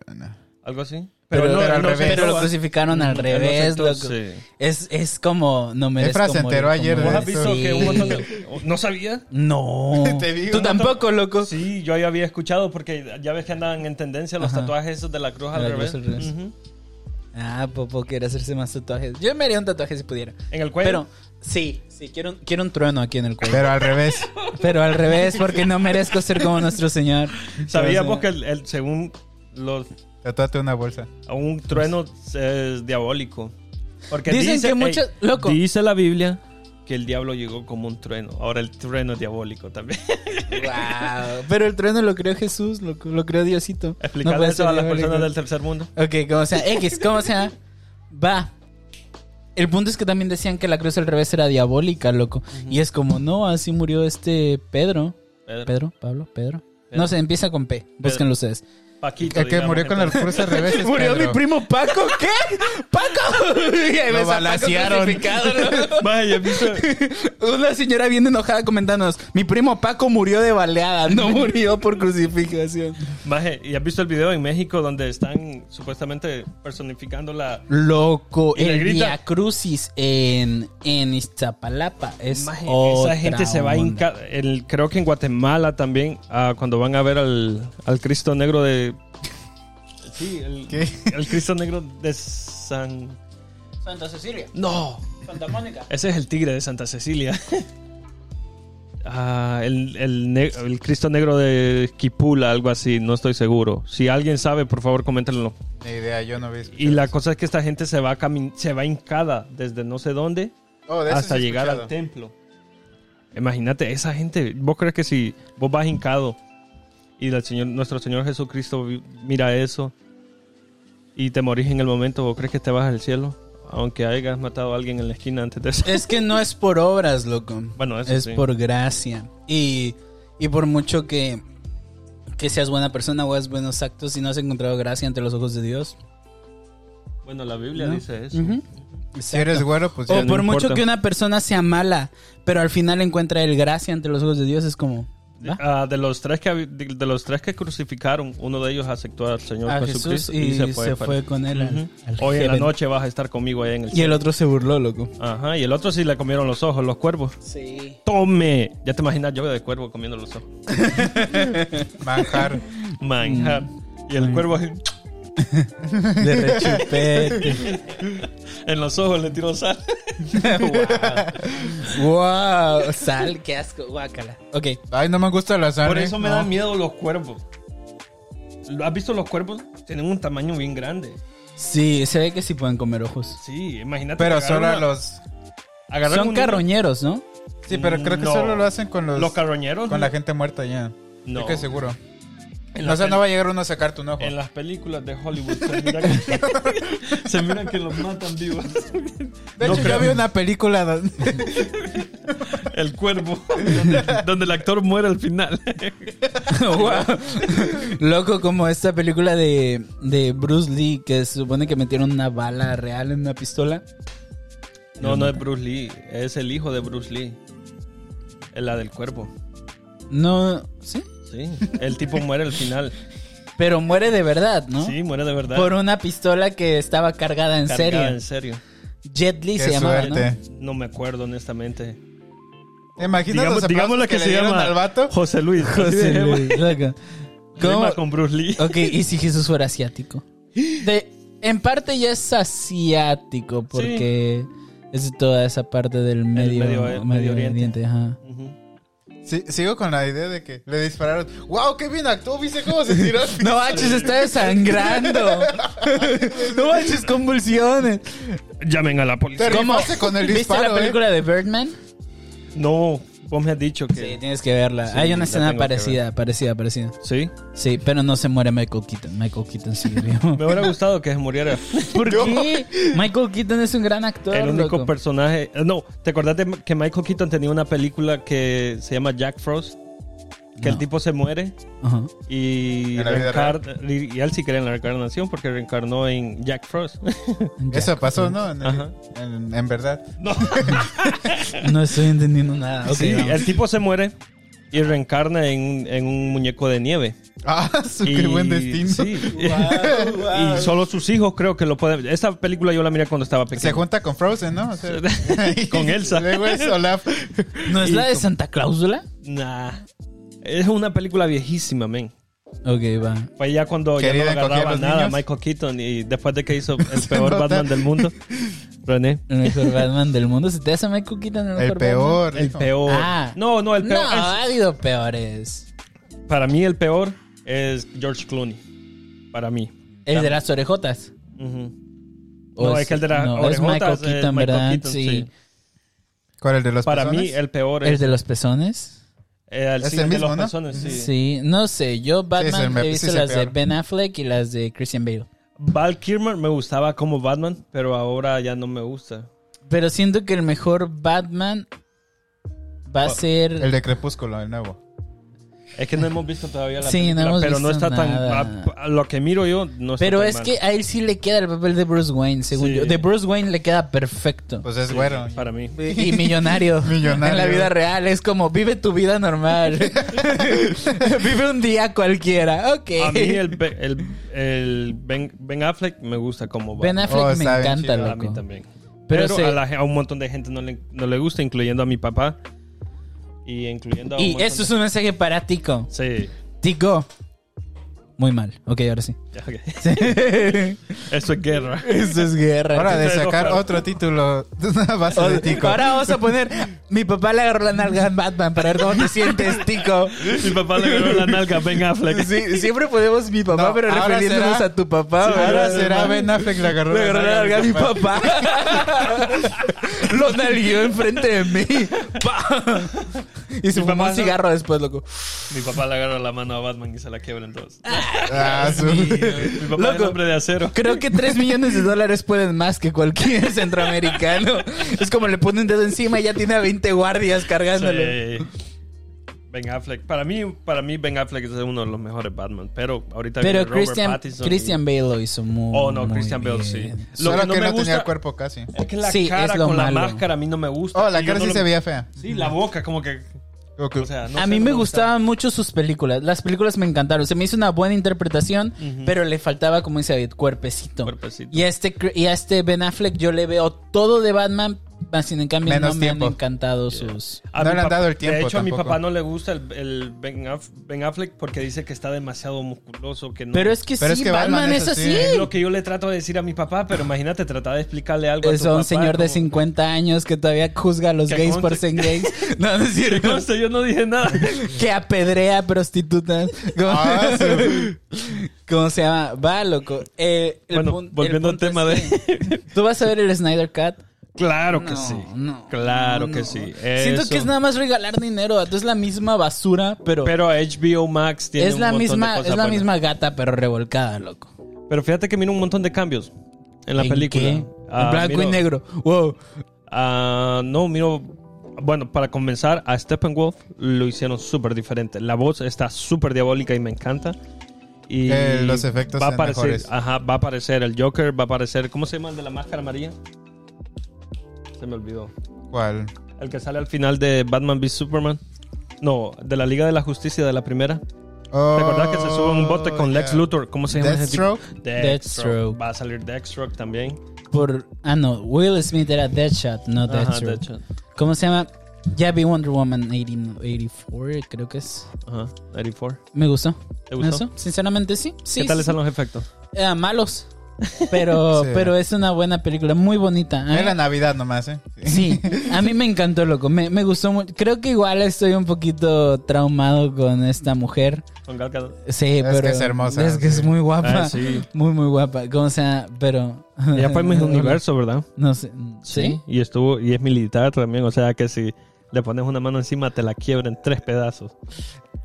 [SPEAKER 1] algo así.
[SPEAKER 2] Pero,
[SPEAKER 3] pero al revés.
[SPEAKER 2] pero lo
[SPEAKER 1] aceptó,
[SPEAKER 2] crucificaron al
[SPEAKER 1] no
[SPEAKER 2] revés,
[SPEAKER 1] aceptó,
[SPEAKER 2] loco.
[SPEAKER 1] sí.
[SPEAKER 2] Es, es como no merezco
[SPEAKER 3] Efra se
[SPEAKER 2] morir
[SPEAKER 3] enteró
[SPEAKER 2] como
[SPEAKER 3] ayer de
[SPEAKER 1] ¿Vos
[SPEAKER 2] este.
[SPEAKER 1] has visto que un montón de... ¿No sabía?
[SPEAKER 2] No.
[SPEAKER 3] Te digo.
[SPEAKER 2] Tú tampoco, loco.
[SPEAKER 1] Sí, yo ya había escuchado porque ya ves que andaban en tendencia los
[SPEAKER 2] Ajá.
[SPEAKER 1] tatuajes esos de la cruz
[SPEAKER 2] De
[SPEAKER 1] al
[SPEAKER 2] la
[SPEAKER 1] revés.
[SPEAKER 2] cruz al revés.
[SPEAKER 1] Ujú.
[SPEAKER 2] Ah, Popo quiere hacerse más tatuajes. Yo me haría un tatuaje si pudiera.
[SPEAKER 1] En el cuello.
[SPEAKER 2] Pero sí, sí, quiero un, quiero un trueno aquí en el cuello.
[SPEAKER 3] Pero al revés.
[SPEAKER 2] Pero al revés, porque no merezco ser como nuestro señor.
[SPEAKER 1] Sabíamos que el- el- según los,
[SPEAKER 3] Tatuate una bolsa.
[SPEAKER 1] un trueno es diabólico. Porque
[SPEAKER 2] Dicen
[SPEAKER 1] dice,
[SPEAKER 2] que muchos-
[SPEAKER 1] ey,
[SPEAKER 2] loco.
[SPEAKER 1] Dice la Biblia que el diablo llegó como un trueno. Ahora el trueno es diabólico también.
[SPEAKER 2] Wow. Pero el trueno lo creó Jesús, lo, lo creó Diosito.
[SPEAKER 1] Explicarle
[SPEAKER 2] puede
[SPEAKER 1] eso
[SPEAKER 2] ser
[SPEAKER 1] a las
[SPEAKER 2] diabólico.
[SPEAKER 1] personas del tercer mundo.
[SPEAKER 2] Ok, como sea, X, como sea, va. El punto es que también decían que la cruz al revés era diabólica, loco. Y es como, no, así murió este Pedro.
[SPEAKER 1] Pedro.
[SPEAKER 2] Pedro, Pablo, Pedro.
[SPEAKER 1] Pedro.
[SPEAKER 2] No sé, empieza con P. Búsquenlo ustedes.
[SPEAKER 1] Paquito.
[SPEAKER 3] El que
[SPEAKER 1] digamos,
[SPEAKER 3] murió con el
[SPEAKER 1] entonces.
[SPEAKER 3] cruz al revés. es Pedro.
[SPEAKER 2] primo Paco? ¿Qué? ¡Paco! Y ahí
[SPEAKER 3] Lo
[SPEAKER 2] ves a Paco
[SPEAKER 3] balacearon.
[SPEAKER 2] crucificado, ¿no?
[SPEAKER 1] Vaya, ¿viste?
[SPEAKER 2] Una señora bien enojada comentándonos: Mi primo Paco murió de baleada, no murió por crucificación.
[SPEAKER 1] Maje, ¿y has visto el video en México donde están supuestamente personificando la...
[SPEAKER 2] Loco,
[SPEAKER 1] Y le
[SPEAKER 2] el
[SPEAKER 1] grita.
[SPEAKER 2] Via Crucis en, en Iztapalapa es
[SPEAKER 1] Maje,
[SPEAKER 2] otra
[SPEAKER 1] esa gente se va a
[SPEAKER 2] onda.
[SPEAKER 1] hincar. El, creo que en Guatemala también, ah, cuando van a ver al, al Cristo Negro de. Sí, el,
[SPEAKER 3] ¿Qué?
[SPEAKER 1] el Cristo Negro de San.
[SPEAKER 2] Santa Cecilia,
[SPEAKER 1] ¡No!
[SPEAKER 2] Santa Mónica.
[SPEAKER 1] Ese es el tigre de Santa Cecilia. Ah, el, el ne- el Cristo Negro de Quipula, algo así, no estoy seguro. Si alguien sabe, por favor, coméntenlo.
[SPEAKER 3] Ni idea, yo no vi.
[SPEAKER 1] Y la cosa es que esta gente se va, camin- se va hincada desde no sé dónde
[SPEAKER 3] Oh, de eso
[SPEAKER 1] hasta
[SPEAKER 3] sí he
[SPEAKER 1] llegar al
[SPEAKER 3] escuchado.
[SPEAKER 1] templo. Imagínate, esa gente, vos crees que si vos vas hincado y el Señor, nuestro Señor Jesucristo vi- mira eso y te morís en el momento, vos crees que te vas al cielo, aunque hayas matado a alguien en la esquina antes de eso.
[SPEAKER 2] Es que no es por obras, loco.
[SPEAKER 1] Bueno, eso
[SPEAKER 2] es
[SPEAKER 1] sí.
[SPEAKER 2] por gracia. Y, y por mucho que, que seas buena persona o hagas buenos actos, si no has encontrado gracia ante los ojos de Dios.
[SPEAKER 1] Bueno, la Biblia
[SPEAKER 2] ¿no?
[SPEAKER 1] dice eso.
[SPEAKER 2] Ujú.
[SPEAKER 3] Si eres güero, pues ya
[SPEAKER 2] o por
[SPEAKER 1] no
[SPEAKER 2] mucho
[SPEAKER 1] importa.
[SPEAKER 2] que una persona sea mala, pero al final encuentra el gracia ante los ojos de Dios, es como. ¿va?
[SPEAKER 1] Ah, de los tres que hab- de, de los tres que crucificaron, uno de ellos aceptó al Señor
[SPEAKER 2] A Jesús
[SPEAKER 1] Jesucristo
[SPEAKER 2] y, se fue,
[SPEAKER 1] para-
[SPEAKER 2] con él al-
[SPEAKER 1] Ujú.
[SPEAKER 2] al
[SPEAKER 1] Hoy en la
[SPEAKER 2] heaven.
[SPEAKER 1] noche vas a estar conmigo ahí en el
[SPEAKER 2] Y
[SPEAKER 1] cielo.
[SPEAKER 2] el otro se burló, loco.
[SPEAKER 1] Ajá, y el otro sí le comieron los ojos, los cuervos.
[SPEAKER 2] Sí.
[SPEAKER 1] ¡Tome! Ya te imaginas yo de cuervo comiendo los ojos. Oh.
[SPEAKER 3] manjar.
[SPEAKER 1] Manjar.
[SPEAKER 2] Mm.
[SPEAKER 1] Y el cuervo así,
[SPEAKER 2] De rechupete.
[SPEAKER 1] en los ojos le tiró sal.
[SPEAKER 2] wow. Sal, qué asco. Guácala. Ok.
[SPEAKER 3] Ay, no me gusta la sangre.
[SPEAKER 1] Por eso me
[SPEAKER 3] no.
[SPEAKER 1] dan miedo los cuervos. ¿Lo ¿Has visto los cuervos? Tienen un tamaño bien grande.
[SPEAKER 2] Sí, se ve que sí pueden comer ojos.
[SPEAKER 1] Sí, imagínate.
[SPEAKER 3] Pero
[SPEAKER 1] agarrar
[SPEAKER 3] solo
[SPEAKER 1] una-
[SPEAKER 3] a los.
[SPEAKER 1] agarrar
[SPEAKER 2] Son
[SPEAKER 1] un niño-
[SPEAKER 2] carroñeros, ¿no?
[SPEAKER 3] Sí, pero creo que
[SPEAKER 1] No.
[SPEAKER 3] solo lo hacen con los.
[SPEAKER 1] Los carroñeros.
[SPEAKER 3] Con la gente muerta ya.
[SPEAKER 1] No.
[SPEAKER 3] Estoy que seguro.
[SPEAKER 1] En
[SPEAKER 3] O sea,
[SPEAKER 1] la
[SPEAKER 3] no va a llegar uno a sacarte un ojo.
[SPEAKER 1] En las películas de Hollywood se mira que, se mira que los matan vivos.
[SPEAKER 3] De
[SPEAKER 1] No
[SPEAKER 3] hecho, yo
[SPEAKER 1] creo.
[SPEAKER 3] vi una película donde...
[SPEAKER 1] El cuervo, donde, donde el actor muere al final.
[SPEAKER 2] Wow. Loco, como esta película de, de Bruce Lee que se supone que metieron una bala real en una pistola.
[SPEAKER 1] No, no es Bruce Lee, es el hijo de Bruce Lee. Es la del cuervo.
[SPEAKER 2] No, sí.
[SPEAKER 1] Sí, el tipo muere al final.
[SPEAKER 2] Pero muere de verdad, ¿no?
[SPEAKER 1] Sí, muere de verdad.
[SPEAKER 2] Por una pistola que estaba cargada en
[SPEAKER 1] Cargada, en
[SPEAKER 2] serio.
[SPEAKER 1] serio.
[SPEAKER 2] Jet Li
[SPEAKER 3] Qué
[SPEAKER 2] se llamaba,
[SPEAKER 3] suerte.
[SPEAKER 2] ¿no?
[SPEAKER 1] No me acuerdo honestamente.
[SPEAKER 3] ¿Te imaginas
[SPEAKER 1] Digamos,
[SPEAKER 3] los
[SPEAKER 1] digamos
[SPEAKER 3] aplausos
[SPEAKER 1] la que,
[SPEAKER 3] le
[SPEAKER 1] se
[SPEAKER 3] dieron
[SPEAKER 1] llama
[SPEAKER 3] al vato?
[SPEAKER 1] José Luis.
[SPEAKER 2] José
[SPEAKER 1] Así de-
[SPEAKER 2] Luis, loco. ¿Cómo?
[SPEAKER 1] Rima con Bruce Lee.
[SPEAKER 2] Ok, ¿y si Jesús fuera asiático? De- en parte ya es asiático porque es de toda esa parte del medio,
[SPEAKER 1] Medio-
[SPEAKER 2] Medio
[SPEAKER 1] Medio Oriente.
[SPEAKER 2] Oriente. ajá.
[SPEAKER 1] Ujú.
[SPEAKER 3] Sí, sigo con la idea de que le dispararon. ¡Wow! ¡Qué bien actuó! ¿Viste cómo se tiró? al piso?
[SPEAKER 2] No manches, se está desangrando. No manches, convulsiones.
[SPEAKER 1] Llamen a la
[SPEAKER 3] Te
[SPEAKER 1] policía.
[SPEAKER 3] rifaste con el
[SPEAKER 2] ¿Viste
[SPEAKER 3] disparo,
[SPEAKER 2] la
[SPEAKER 3] ¿eh?
[SPEAKER 2] película de Birdman?
[SPEAKER 1] No, vos me has dicho
[SPEAKER 2] Sí,
[SPEAKER 1] que.
[SPEAKER 2] tienes que verla.
[SPEAKER 1] Sí,
[SPEAKER 2] Hay
[SPEAKER 1] la
[SPEAKER 2] una escena
[SPEAKER 1] tengo que
[SPEAKER 2] parecida, parecida, parecida.
[SPEAKER 1] Sí.
[SPEAKER 2] Sí, pero no se muere Michael Keaton. Michael Keaton sí vivió.
[SPEAKER 1] Me hubiera gustado que se muriera.
[SPEAKER 2] ¿Por qué? Michael Keaton es un gran actor.
[SPEAKER 1] El único
[SPEAKER 2] loco.
[SPEAKER 1] personaje. eh, No, ¿te acordás de que Michael Keaton tenía una película que se llama Jack Frost? Que el
[SPEAKER 2] No.
[SPEAKER 1] tipo se muere
[SPEAKER 2] Ajá.
[SPEAKER 1] y,
[SPEAKER 3] En la vida
[SPEAKER 1] reencar- y, y él sí cree en la reencarnación porque reencarnó en Jack Frost.
[SPEAKER 3] Eso pasó, ¿no? En,
[SPEAKER 1] Ajá.
[SPEAKER 3] en- en verdad.
[SPEAKER 1] No.
[SPEAKER 2] No estoy entendiendo nada. Ah, Ok,
[SPEAKER 1] sí,
[SPEAKER 2] vamos.
[SPEAKER 1] el tipo se muere y reencarna en, un- en un muñeco de nieve.
[SPEAKER 3] ¡Ah! Su,
[SPEAKER 1] Y-
[SPEAKER 3] ¡Qué buen destino!
[SPEAKER 1] sí. Y solo sus hijos creo que lo pueden. Esta película yo la miré cuando estaba pequeño.
[SPEAKER 3] Se junta con Frozen, ¿no? O sea,
[SPEAKER 1] Con Elsa.
[SPEAKER 3] Luego es Olaf.
[SPEAKER 2] ¿No es
[SPEAKER 1] y
[SPEAKER 2] la de
[SPEAKER 1] como-
[SPEAKER 2] Santa Cláusula?
[SPEAKER 1] Nah. Es una película viejísima, men.
[SPEAKER 2] Ok, va.
[SPEAKER 1] Fue ya cuando ya no
[SPEAKER 3] Querida, ¿cogía a
[SPEAKER 1] agarraba
[SPEAKER 3] los
[SPEAKER 1] nada
[SPEAKER 3] niños?
[SPEAKER 1] Michael Keaton y después de que hizo el peor
[SPEAKER 3] nota.
[SPEAKER 1] Batman del mundo, René.
[SPEAKER 2] El mejor Batman del mundo. ¿Se te hace Michael Keaton el mejor
[SPEAKER 3] El
[SPEAKER 2] Batman?
[SPEAKER 3] peor.
[SPEAKER 1] El
[SPEAKER 3] dijo.
[SPEAKER 1] peor.
[SPEAKER 2] Ah.
[SPEAKER 1] No, no, el peor.
[SPEAKER 2] No, ha habido peores.
[SPEAKER 1] es- para mí el peor es George Clooney. Para mí.
[SPEAKER 2] El de las orejotas.
[SPEAKER 1] Ujú.
[SPEAKER 2] ¿O
[SPEAKER 1] No, es que el de las
[SPEAKER 2] no, es
[SPEAKER 1] orejotas,
[SPEAKER 2] Michael
[SPEAKER 1] eh, Michael
[SPEAKER 2] Keaton, ¿verdad?
[SPEAKER 1] Keaton,
[SPEAKER 2] sí.
[SPEAKER 1] sí.
[SPEAKER 3] ¿Cuál? ¿El de los
[SPEAKER 1] Para
[SPEAKER 3] pezones?
[SPEAKER 1] mí el peor
[SPEAKER 2] El
[SPEAKER 1] es
[SPEAKER 2] de los pezones.
[SPEAKER 1] eh, el
[SPEAKER 3] Es
[SPEAKER 1] cine
[SPEAKER 3] el
[SPEAKER 1] de
[SPEAKER 3] mismo,
[SPEAKER 1] los
[SPEAKER 3] ¿no?
[SPEAKER 1] personas. Sí.
[SPEAKER 2] Sí. no sé. Yo
[SPEAKER 3] Sí, se
[SPEAKER 2] Batman
[SPEAKER 3] me-
[SPEAKER 2] he
[SPEAKER 3] sí
[SPEAKER 2] visto
[SPEAKER 3] se
[SPEAKER 2] las de
[SPEAKER 3] peor.
[SPEAKER 2] Ben Affleck y las de Christian Bale.
[SPEAKER 1] Val Kilmer me gustaba como Batman, pero ahora ya no me gusta.
[SPEAKER 2] Pero siento que el mejor Batman va a ser...
[SPEAKER 3] El de Crepúsculo, el nuevo.
[SPEAKER 1] Es que no hemos visto todavía la
[SPEAKER 2] Sí, no
[SPEAKER 1] película,
[SPEAKER 2] hemos
[SPEAKER 1] pero no
[SPEAKER 2] visto
[SPEAKER 1] está
[SPEAKER 2] nada.
[SPEAKER 1] tan a, a lo que miro yo no está
[SPEAKER 2] Pero
[SPEAKER 1] tan
[SPEAKER 2] es
[SPEAKER 1] mal.
[SPEAKER 2] que a él sí le queda el papel de Bruce Wayne, según
[SPEAKER 1] Sí.
[SPEAKER 2] yo. De Bruce Wayne le queda perfecto.
[SPEAKER 3] Pues es güero.
[SPEAKER 1] para mí.
[SPEAKER 2] Y millonario.
[SPEAKER 3] Millonario.
[SPEAKER 2] En la vida real es como vive tu vida normal. vive un día cualquiera. Ok.
[SPEAKER 1] A mí el, Be- el, el ben, Ben Affleck me gusta como Batman.
[SPEAKER 2] Ben Affleck
[SPEAKER 3] Oh,
[SPEAKER 2] me
[SPEAKER 3] está bien
[SPEAKER 2] encanta,
[SPEAKER 3] chido.
[SPEAKER 1] A mí
[SPEAKER 2] loco.
[SPEAKER 1] también.
[SPEAKER 2] Pero
[SPEAKER 1] Pero,
[SPEAKER 2] se-
[SPEAKER 1] a, la ge- a un montón de gente no le, no le gusta, incluyendo a mi papá. Y incluyendo a un
[SPEAKER 2] Y
[SPEAKER 1] montón
[SPEAKER 2] esto es
[SPEAKER 1] de-
[SPEAKER 2] un mensaje para Tico.
[SPEAKER 1] Sí.
[SPEAKER 2] Tico. Muy mal. Ok, ahora sí.
[SPEAKER 1] ok. Eso es guerra.
[SPEAKER 2] Eso es guerra.
[SPEAKER 3] Ahora de
[SPEAKER 1] Entonces,
[SPEAKER 3] sacar
[SPEAKER 1] ojalá.
[SPEAKER 3] otro título de una base de tico.
[SPEAKER 2] Ahora vamos a poner. Mi papá le agarró la nalga a Batman para ver cómo te sientes, Tico.
[SPEAKER 1] Mi papá le ganó la nalga a Ben Affleck.
[SPEAKER 2] Sí, siempre podemos mi papá,
[SPEAKER 3] No,
[SPEAKER 2] pero
[SPEAKER 3] ahora
[SPEAKER 2] refiriéndonos
[SPEAKER 3] será-
[SPEAKER 2] a tu papá. ¿verdad?
[SPEAKER 3] Ahora será Ben Affleck la agarró.
[SPEAKER 2] Le agarró la nalga a mi papá. Lo nalgueó enfrente de mí. Pa. Y se
[SPEAKER 1] Mi
[SPEAKER 2] fumó
[SPEAKER 1] papá
[SPEAKER 2] un
[SPEAKER 1] no-
[SPEAKER 2] cigarro después, loco.
[SPEAKER 1] Mi papá le agarra la mano a Batman y se la quiebra en dos.
[SPEAKER 3] Ah, su-
[SPEAKER 1] Mi papá es
[SPEAKER 2] Loco.
[SPEAKER 1] hombre de acero.
[SPEAKER 2] Creo que 3 millones de dólares pueden más que cualquier centroamericano. Es como le ponen un dedo encima y ya tiene a 20 guardias cargándole.
[SPEAKER 1] Sí. Ben Affleck. Para mí, para mí Ben Affleck es uno de los mejores Batman. Pero ahorita viene
[SPEAKER 2] Pero
[SPEAKER 1] Robert
[SPEAKER 2] Christian,
[SPEAKER 1] Pattinson y-
[SPEAKER 2] Christian Bale lo hizo muy
[SPEAKER 1] Oh, no,
[SPEAKER 2] muy
[SPEAKER 1] Christian Bale, sí.
[SPEAKER 2] bien.
[SPEAKER 1] Lo
[SPEAKER 3] Solo
[SPEAKER 1] que no
[SPEAKER 3] que
[SPEAKER 1] me
[SPEAKER 3] no tenía
[SPEAKER 1] gusta-
[SPEAKER 3] el cuerpo casi.
[SPEAKER 1] Es que la
[SPEAKER 2] Sí, es
[SPEAKER 1] cara
[SPEAKER 2] lo
[SPEAKER 1] con la
[SPEAKER 2] malo.
[SPEAKER 1] máscara a mí no me gusta.
[SPEAKER 3] Oh, la
[SPEAKER 1] Y yo
[SPEAKER 3] cara
[SPEAKER 1] no
[SPEAKER 3] sí
[SPEAKER 1] lo-
[SPEAKER 3] se veía fea.
[SPEAKER 1] Sí, la boca como que...
[SPEAKER 3] Ok.
[SPEAKER 1] O sea, no
[SPEAKER 2] a
[SPEAKER 1] sé,
[SPEAKER 2] mí
[SPEAKER 1] no
[SPEAKER 2] me gustaban mucho sus películas. Las películas me encantaron. Se me hizo una buena interpretación, pero le faltaba, como dice David, cuerpecito.
[SPEAKER 1] Cuerpecito.
[SPEAKER 2] Y a este, cr- y a este Ben Affleck yo le veo todo de Batman, más sin en cambio
[SPEAKER 3] Menos
[SPEAKER 2] no me
[SPEAKER 3] tiempo.
[SPEAKER 2] han encantado sus...
[SPEAKER 1] A
[SPEAKER 3] No
[SPEAKER 1] mi
[SPEAKER 3] le han
[SPEAKER 1] papá-
[SPEAKER 3] dado el tiempo
[SPEAKER 1] De hecho, a mi
[SPEAKER 3] tampoco.
[SPEAKER 1] papá no le gusta el, el ben, Aff- Ben Affleck porque dice que está demasiado musculoso. Que no...
[SPEAKER 2] Pero es que
[SPEAKER 3] Pero
[SPEAKER 2] sí,
[SPEAKER 3] es que
[SPEAKER 2] Batman,
[SPEAKER 3] Batman
[SPEAKER 2] es
[SPEAKER 3] es así.
[SPEAKER 2] así.
[SPEAKER 1] Es lo que yo le trato de decir a mi papá, pero imagínate tratar de explicarle algo
[SPEAKER 2] Es
[SPEAKER 1] a tu
[SPEAKER 2] un
[SPEAKER 1] papá,
[SPEAKER 2] señor de
[SPEAKER 1] como-
[SPEAKER 2] 50 años que todavía juzga a los
[SPEAKER 1] Que
[SPEAKER 2] gays por
[SPEAKER 1] conste-
[SPEAKER 2] ser gays. No, no es cierto.
[SPEAKER 1] No sé, yo no dije nada.
[SPEAKER 2] que apedrea prostitutas. ¿Cómo,
[SPEAKER 3] Ah, sí.
[SPEAKER 2] ¿Cómo se llama? Va, loco. Eh, el
[SPEAKER 1] bueno,
[SPEAKER 2] pun- el
[SPEAKER 1] volviendo al
[SPEAKER 2] punto
[SPEAKER 1] tema
[SPEAKER 2] es
[SPEAKER 1] de...
[SPEAKER 2] que- ¿Tú vas a ver el Snyder Cut?
[SPEAKER 1] Claro que
[SPEAKER 2] No,
[SPEAKER 1] sí.
[SPEAKER 2] no,
[SPEAKER 1] claro
[SPEAKER 2] no,
[SPEAKER 1] que
[SPEAKER 2] no.
[SPEAKER 1] sí.
[SPEAKER 2] Siento
[SPEAKER 1] Eso.
[SPEAKER 2] que es nada más regalar dinero. vato, Es la misma basura, pero,
[SPEAKER 1] Pero HBO Max tiene
[SPEAKER 2] es la
[SPEAKER 1] un montón de
[SPEAKER 2] misma,
[SPEAKER 1] cosas
[SPEAKER 2] es la
[SPEAKER 1] buenas.
[SPEAKER 2] misma gata, pero revolcada, loco.
[SPEAKER 1] Pero fíjate que mira un montón de cambios en la
[SPEAKER 2] ¿En
[SPEAKER 1] película.
[SPEAKER 2] qué?
[SPEAKER 1] Ah,
[SPEAKER 2] en blanco
[SPEAKER 1] miro-
[SPEAKER 2] y negro. Wow.
[SPEAKER 1] Ah, no, miro. Bueno, para comenzar, a Steppenwolf lo hicieron súper diferente. La voz está súper diabólica y me encanta. Y
[SPEAKER 3] Eh, los efectos
[SPEAKER 1] va a
[SPEAKER 3] están
[SPEAKER 1] aparecer,
[SPEAKER 3] mejores.
[SPEAKER 1] Ajá, va a aparecer el Joker, va a aparecer. ¿Cómo se llama el de la máscara amarilla? Se me olvidó.
[SPEAKER 3] ¿Cuál?
[SPEAKER 1] El que sale al final de Batman v Superman. No, de la Liga de la Justicia de la primera. ¿Te acordás que se sube a un bote
[SPEAKER 3] Oh,
[SPEAKER 2] Oh,
[SPEAKER 1] con Lex
[SPEAKER 3] yeah.
[SPEAKER 1] Luthor? ¿Cómo se llama ese tipo?
[SPEAKER 3] Deathstroke?
[SPEAKER 2] Deathstroke.
[SPEAKER 1] Va a salir Deathstroke también.
[SPEAKER 2] Por, ah, no. Will Smith era Deadshot, no
[SPEAKER 1] Ajá,
[SPEAKER 2] Deathstroke.
[SPEAKER 1] Deathstroke.
[SPEAKER 2] ¿Cómo se llama? Ya vi Wonder Woman 80 84, creo que es.
[SPEAKER 1] Ajá, 84.
[SPEAKER 2] Me gustó.
[SPEAKER 1] ¿Te gustó?
[SPEAKER 2] Me Sinceramente, sí. sí
[SPEAKER 1] ¿Qué tal
[SPEAKER 2] sí,
[SPEAKER 1] están los efectos?
[SPEAKER 2] sí. Eh, malos. Pero,
[SPEAKER 3] Sí.
[SPEAKER 2] pero es una buena película, muy bonita. ¿eh? A
[SPEAKER 3] Es
[SPEAKER 2] mí-
[SPEAKER 3] la Navidad nomás, ¿eh?
[SPEAKER 2] Sí, a mí me encantó, loco. Me, me gustó mucho. Creo que igual estoy un poquito traumado con esta mujer.
[SPEAKER 1] Con Gal Gadot.
[SPEAKER 2] Sí,
[SPEAKER 3] Es
[SPEAKER 2] pero.
[SPEAKER 3] que es hermosa,
[SPEAKER 2] Es que
[SPEAKER 3] sí.
[SPEAKER 2] es muy guapa.
[SPEAKER 1] Ah, sí.
[SPEAKER 2] Muy, muy guapa. Como sea, pero.
[SPEAKER 1] Ella fue Miss Universo, ¿verdad?
[SPEAKER 2] No sé. ¿Sí?
[SPEAKER 1] Y estuvo y es militar también, o sea que si le pones una mano encima te la quiebra en tres pedazos.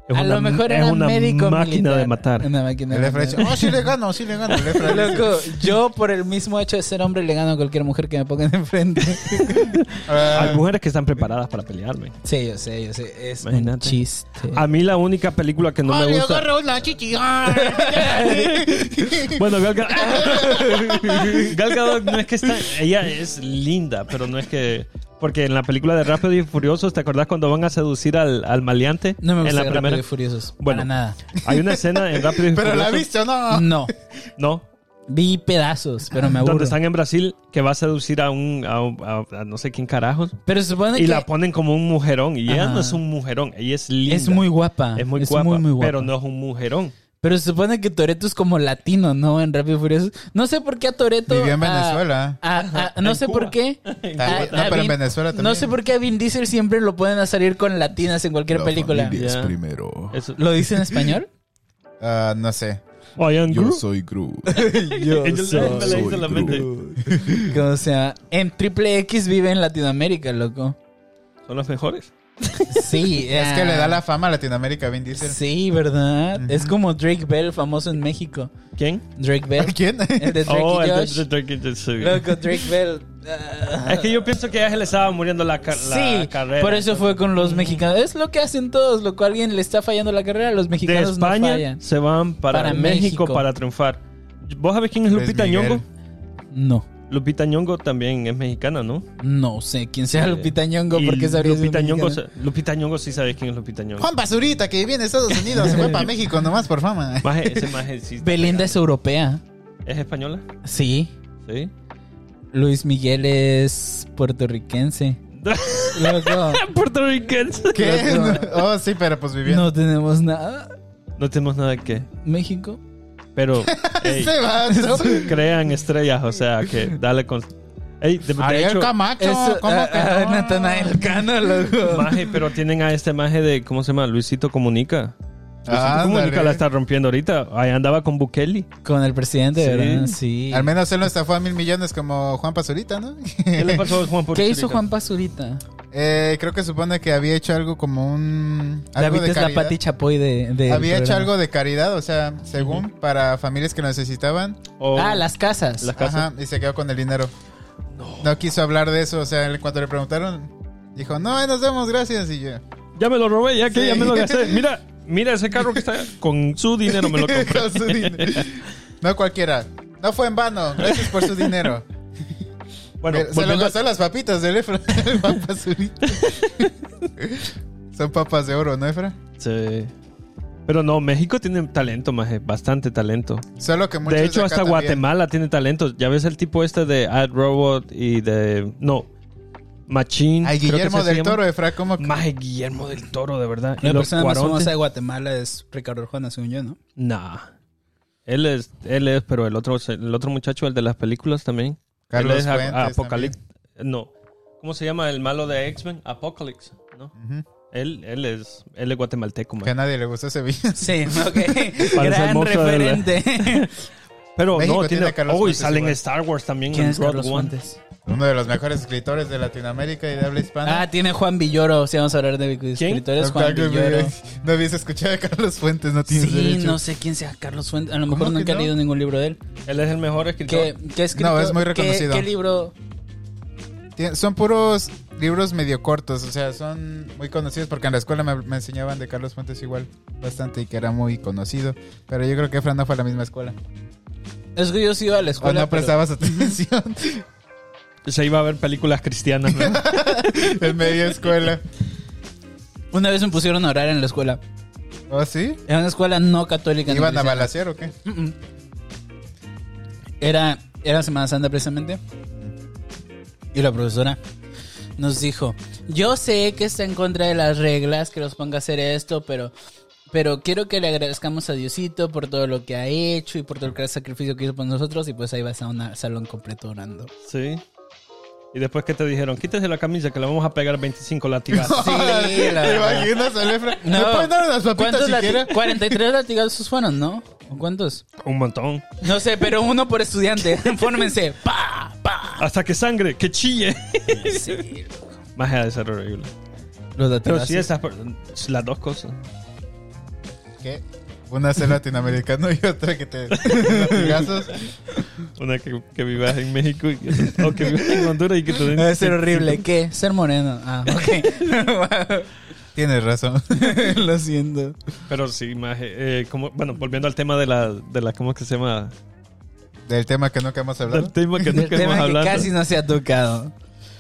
[SPEAKER 1] Es
[SPEAKER 2] a
[SPEAKER 1] una-
[SPEAKER 2] lo mejor era
[SPEAKER 1] es una
[SPEAKER 2] médico
[SPEAKER 1] máquina
[SPEAKER 2] militar. Em,
[SPEAKER 1] de matar.
[SPEAKER 2] Una máquina
[SPEAKER 3] El
[SPEAKER 2] de
[SPEAKER 3] Efra dice,
[SPEAKER 2] matar.
[SPEAKER 3] oh, sí le gano, sí le gano. El Efra dice,
[SPEAKER 2] Loco, yo por el mismo hecho de ser hombre le gano a cualquier mujer que me pongan enfrente.
[SPEAKER 3] "Ah,
[SPEAKER 1] Hay mujeres que están preparadas para pelearme.
[SPEAKER 2] Sí, yo sé, yo sé. Es un
[SPEAKER 1] Imagínate.
[SPEAKER 2] chiste.
[SPEAKER 1] A mí la única película que no me gusta.
[SPEAKER 3] una chichi.
[SPEAKER 1] Bueno, Gal Gadot. Gal Gadot no es que está. Ella es linda, pero no es que. Porque en la película de Rápido y Furiosos, ¿te acordás cuando van a seducir al, al maleante?
[SPEAKER 2] No me
[SPEAKER 1] en
[SPEAKER 2] gusta
[SPEAKER 1] la
[SPEAKER 2] Rápido
[SPEAKER 1] primera.
[SPEAKER 2] y Furiosos.
[SPEAKER 1] Bueno.
[SPEAKER 2] Para nada.
[SPEAKER 1] Hay una escena en Rápido y
[SPEAKER 3] Pero la
[SPEAKER 1] Furiosos-
[SPEAKER 3] viste o no.
[SPEAKER 2] No.
[SPEAKER 1] No,
[SPEAKER 2] Vi pedazos, pero me aburro.
[SPEAKER 1] Donde están en Brasil, que va a seducir a un. a, un- a- a no sé quién carajos.
[SPEAKER 2] Pero se supone
[SPEAKER 1] Y
[SPEAKER 2] que
[SPEAKER 1] la ponen como un mujerón. Y ella
[SPEAKER 2] Ajá.
[SPEAKER 1] no es un mujerón. Ella es linda.
[SPEAKER 2] es muy guapa.
[SPEAKER 1] Es muy guapa.
[SPEAKER 2] muy, muy guapa.
[SPEAKER 1] Pero no es un mujerón.
[SPEAKER 2] Pero se supone que Toreto es como latino, ¿no? En Rápido y Furioso. No sé por qué a Toreto.
[SPEAKER 3] Vivió en Venezuela.
[SPEAKER 2] no
[SPEAKER 1] En
[SPEAKER 2] sé
[SPEAKER 1] Cuba.
[SPEAKER 2] por qué.
[SPEAKER 3] Cuba. Ah, No, pero en Venezuela
[SPEAKER 2] No
[SPEAKER 3] también.
[SPEAKER 2] sé por qué a Vin Diesel siempre lo pueden a salir con latinas en cualquier película.
[SPEAKER 1] es Ya.
[SPEAKER 3] primero.
[SPEAKER 1] Eso-
[SPEAKER 2] ¿Lo dice en español?
[SPEAKER 3] Ah, no sé.
[SPEAKER 1] Oh, I am Groot.
[SPEAKER 3] soy Gru.
[SPEAKER 2] Yo
[SPEAKER 1] Ella me la hizo
[SPEAKER 3] soy
[SPEAKER 1] la mente.
[SPEAKER 2] O sea, en Triple X vive en Latinoamérica, loco.
[SPEAKER 1] Son los mejores.
[SPEAKER 2] Sí, ah.
[SPEAKER 3] Es que le da la fama a Latinoamérica, Vin Diesel.
[SPEAKER 2] Sí, ¿verdad? Es como Drake Bell, famoso en México.
[SPEAKER 1] ¿Quién?
[SPEAKER 2] Drake Bell.
[SPEAKER 3] ¿Quién?
[SPEAKER 2] El de Drake
[SPEAKER 1] oh,
[SPEAKER 2] y
[SPEAKER 1] el de-
[SPEAKER 2] Josh.
[SPEAKER 1] de- de- de- sí.
[SPEAKER 2] Loco, Drake Bell. ah.
[SPEAKER 1] Es que yo pienso que a ella se le estaba muriendo la, ca- la
[SPEAKER 2] sí,
[SPEAKER 1] carrera. Mm.
[SPEAKER 2] por eso fue con los mexicanos. Es lo que hacen todos, lo cual alguien le está fallando la carrera, los
[SPEAKER 1] De
[SPEAKER 2] mexicanos no
[SPEAKER 1] España
[SPEAKER 2] fallan.
[SPEAKER 1] se van para,
[SPEAKER 2] Para
[SPEAKER 1] México,
[SPEAKER 2] México.
[SPEAKER 1] para triunfar. ¿Vos sabés quién es
[SPEAKER 3] Luis
[SPEAKER 1] Lupita
[SPEAKER 3] Miguel.
[SPEAKER 1] Ñongo?
[SPEAKER 2] No,
[SPEAKER 1] Lupita Ñongo también es mexicana, ¿no? Eh,
[SPEAKER 2] no sé quién sea Lupita Ñongo,
[SPEAKER 1] Y
[SPEAKER 2] porque sabría si es
[SPEAKER 1] Lupita Ñongo,
[SPEAKER 2] mexicana.
[SPEAKER 1] se- Lupita Ñongo sí sabes quién es Lupita Ñongo.
[SPEAKER 3] Juan Pazurita, que viene a Estados Unidos, se fue para México nomás por fama.
[SPEAKER 1] Maje, e, ese maje sí está
[SPEAKER 2] Belinda
[SPEAKER 1] pegado.
[SPEAKER 2] es europea.
[SPEAKER 1] ¿Es española?
[SPEAKER 2] Sí.
[SPEAKER 1] Sí.
[SPEAKER 2] Luis Miguel es puertorriquense. Loco,
[SPEAKER 1] Puertorriquense.
[SPEAKER 3] ¿Qué?
[SPEAKER 2] Loco.
[SPEAKER 3] Oh, sí, pero pues viviendo.
[SPEAKER 2] no tenemos nada.
[SPEAKER 1] No tenemos nada que.
[SPEAKER 2] México.
[SPEAKER 1] Pero ey,
[SPEAKER 3] Este vato.
[SPEAKER 1] crean estrellas, o sea que dale con. Ey, de, de
[SPEAKER 3] Ariel
[SPEAKER 1] hecho,
[SPEAKER 3] Camacho,
[SPEAKER 2] Eso,
[SPEAKER 3] ¿cómo
[SPEAKER 2] a-
[SPEAKER 3] que
[SPEAKER 2] a-
[SPEAKER 3] no?
[SPEAKER 2] Natanael Cano, loco.
[SPEAKER 1] maje, pero tienen a este maje de. ¿Cómo se llama? Luisito Comunica. Luisito
[SPEAKER 3] Ándale.
[SPEAKER 1] Comunica la está rompiendo ahorita. Ahí andaba con Bukele.
[SPEAKER 2] Con el presidente,
[SPEAKER 1] Sí.
[SPEAKER 2] ¿verdad? Sí.
[SPEAKER 3] Al menos él no estafó a mil millones como Juan Pazurita, ¿no?
[SPEAKER 1] ¿Qué le pasó a Juan
[SPEAKER 2] ¿Qué
[SPEAKER 1] Pazurita?
[SPEAKER 2] hizo Juan Pazurita?
[SPEAKER 3] Eh, creo que supone que había hecho algo como un... Algo
[SPEAKER 2] David
[SPEAKER 3] de
[SPEAKER 2] es la
[SPEAKER 3] caridad.
[SPEAKER 2] Pati Chapoy de. de
[SPEAKER 3] Había hecho algo de caridad, o sea, según para familias que necesitaban.
[SPEAKER 1] O-
[SPEAKER 2] Ah, las casas.
[SPEAKER 1] Las casas.
[SPEAKER 3] Ajá, y se quedó con el dinero. No. quiso hablar de eso, o sea, en cuanto le preguntaron, dijo, no, ahí nos vemos, gracias. Y yo,
[SPEAKER 1] Ya me lo robé, ya que
[SPEAKER 3] Sí.
[SPEAKER 1] ya me lo gasté. Mira, mira ese carro que está con su dinero me lo compré.
[SPEAKER 3] Con su dinero. No cualquiera. No fue en vano, gracias por su dinero.
[SPEAKER 1] Bueno,
[SPEAKER 3] Pero se lo
[SPEAKER 1] volviendo-
[SPEAKER 3] gastó en las papitas del Efra. el papa Zurita. Son papas de oro, ¿no, Efra?
[SPEAKER 1] Sí. Pero no, México tiene talento, maje, bastante talento.
[SPEAKER 3] Solo que muchos
[SPEAKER 1] de hecho,
[SPEAKER 3] acá
[SPEAKER 1] hasta
[SPEAKER 3] también.
[SPEAKER 1] Guatemala tiene talento. Ya ves el tipo este de Ad Robot y de. No, Machín.
[SPEAKER 3] Ay,
[SPEAKER 1] creo que
[SPEAKER 3] Guillermo
[SPEAKER 1] así se
[SPEAKER 3] del
[SPEAKER 1] llama.
[SPEAKER 3] Toro, Efra, ¿cómo que-
[SPEAKER 1] Maje, Guillermo del Toro, de verdad. Y
[SPEAKER 2] La
[SPEAKER 1] los
[SPEAKER 2] persona más famosa
[SPEAKER 1] cuarontes.
[SPEAKER 2] de Guatemala es Ricardo Arjona, según yo, ¿no?
[SPEAKER 1] Nah. Él es, él es, pero el otro, el otro muchacho, el de las películas también.
[SPEAKER 3] Carlos
[SPEAKER 1] él es a-
[SPEAKER 3] Fuentes
[SPEAKER 1] a Apocalypse. No. ¿Cómo se llama el malo de X-Men? Apocalypse, ¿no?
[SPEAKER 3] Ujú.
[SPEAKER 1] Él, él es, él es guatemalteco, maje.
[SPEAKER 3] Que a nadie le gustó ese video.
[SPEAKER 2] Sí, ok.
[SPEAKER 1] el
[SPEAKER 2] Gran
[SPEAKER 1] monstruo de la-
[SPEAKER 2] referente.
[SPEAKER 1] Pero
[SPEAKER 3] México
[SPEAKER 1] no,
[SPEAKER 3] tiene
[SPEAKER 1] tiene.
[SPEAKER 3] a Carlos
[SPEAKER 1] oh, y
[SPEAKER 3] Fuentes
[SPEAKER 1] salen
[SPEAKER 3] igual.
[SPEAKER 1] Star Wars también
[SPEAKER 2] ¿Quién
[SPEAKER 1] en
[SPEAKER 2] es
[SPEAKER 1] Road
[SPEAKER 2] Carlos
[SPEAKER 1] One.
[SPEAKER 2] Fuentes?
[SPEAKER 3] Uno de los mejores escritores de Latinoamérica y de habla hispana.
[SPEAKER 2] Ah, tiene Juan Villoro. Si vamos a hablar de escritores, Juan
[SPEAKER 3] Octavio,
[SPEAKER 2] Villoro.
[SPEAKER 3] No habías escuchado de Carlos Fuentes, no tienes
[SPEAKER 2] Sí,
[SPEAKER 3] derecho.
[SPEAKER 2] no sé quién sea Carlos Fuentes. A lo
[SPEAKER 3] ¿Cómo
[SPEAKER 2] mejor
[SPEAKER 3] que
[SPEAKER 2] nunca he
[SPEAKER 3] no?
[SPEAKER 2] leído ningún libro de él.
[SPEAKER 1] Él es el mejor escritor.
[SPEAKER 2] ¿Qué, qué escritor-
[SPEAKER 3] No, es muy
[SPEAKER 2] qué-
[SPEAKER 3] reconocido.
[SPEAKER 2] ¿Qué, libro?
[SPEAKER 3] Tien- Son puros libros medio cortos, o sea, son muy conocidos porque en la escuela me, me enseñaban de Carlos Fuentes igual bastante y que era muy conocido. Pero yo creo que Fran no fue a la misma escuela.
[SPEAKER 2] Es que yo sí iba a la
[SPEAKER 3] O
[SPEAKER 2] escuela.
[SPEAKER 3] Ah, no
[SPEAKER 2] pero-
[SPEAKER 3] prestabas atención
[SPEAKER 1] Se iba a ver películas cristianas, ¿no?
[SPEAKER 3] en media escuela.
[SPEAKER 2] Una vez me pusieron a orar en la escuela.
[SPEAKER 3] ¿Oh, sí?
[SPEAKER 2] En una escuela no católica. no
[SPEAKER 3] ¿Iban a
[SPEAKER 2] cristiana.
[SPEAKER 3] balasear o qué?
[SPEAKER 2] Mm-mm. Era, era Semana Santa precisamente. Y la profesora nos dijo, yo sé que está en contra de las reglas, que los ponga a hacer esto, pero, pero quiero que le agradezcamos a Diosito por todo lo que ha hecho y por todo el gran sacrificio que hizo por nosotros. Y pues ahí vas a un salón completo orando.
[SPEAKER 1] Sí. Y después que te dijeron, quítese la camisa que le vamos a pegar 25 latigazos.
[SPEAKER 2] Sí, la
[SPEAKER 3] ¿Te
[SPEAKER 2] verdad.
[SPEAKER 3] imaginas, Ale, Fran? ¿Me pueden dar unas papitas
[SPEAKER 2] ¿Cuántos lati-
[SPEAKER 3] siquiera?
[SPEAKER 2] 43 latigazos fueron, ¿no? ¿O ¿Cuántos?
[SPEAKER 1] Un montón.
[SPEAKER 2] No sé, pero uno por estudiante. Fórmense. ¡Pa! ¡Pa!
[SPEAKER 1] Hasta que sangre, que chille.
[SPEAKER 2] Sí.
[SPEAKER 1] Más allá de ser horrible.
[SPEAKER 2] Los
[SPEAKER 1] Pero
[SPEAKER 2] latigazos.
[SPEAKER 1] sí, esas, per- las dos cosas.
[SPEAKER 3] ¿Qué? Una es el latinoamericano y otra que te... latigazos.
[SPEAKER 1] Una que, que vivas en México y- o que vivas en Honduras y que te den.
[SPEAKER 2] Debe ser horrible. ¿Qué? Ser moreno. Ah, ok.
[SPEAKER 3] Tienes razón.
[SPEAKER 2] Lo siento.
[SPEAKER 1] Pero sí, más. eh, como, bueno, volviendo al tema de la, de la. ¿Cómo es que se llama?
[SPEAKER 3] Del tema que nunca hemos hablado.
[SPEAKER 1] Del tema que
[SPEAKER 2] El
[SPEAKER 1] nunca hemos
[SPEAKER 2] tema que
[SPEAKER 1] hablado.
[SPEAKER 2] casi no se ha tocado.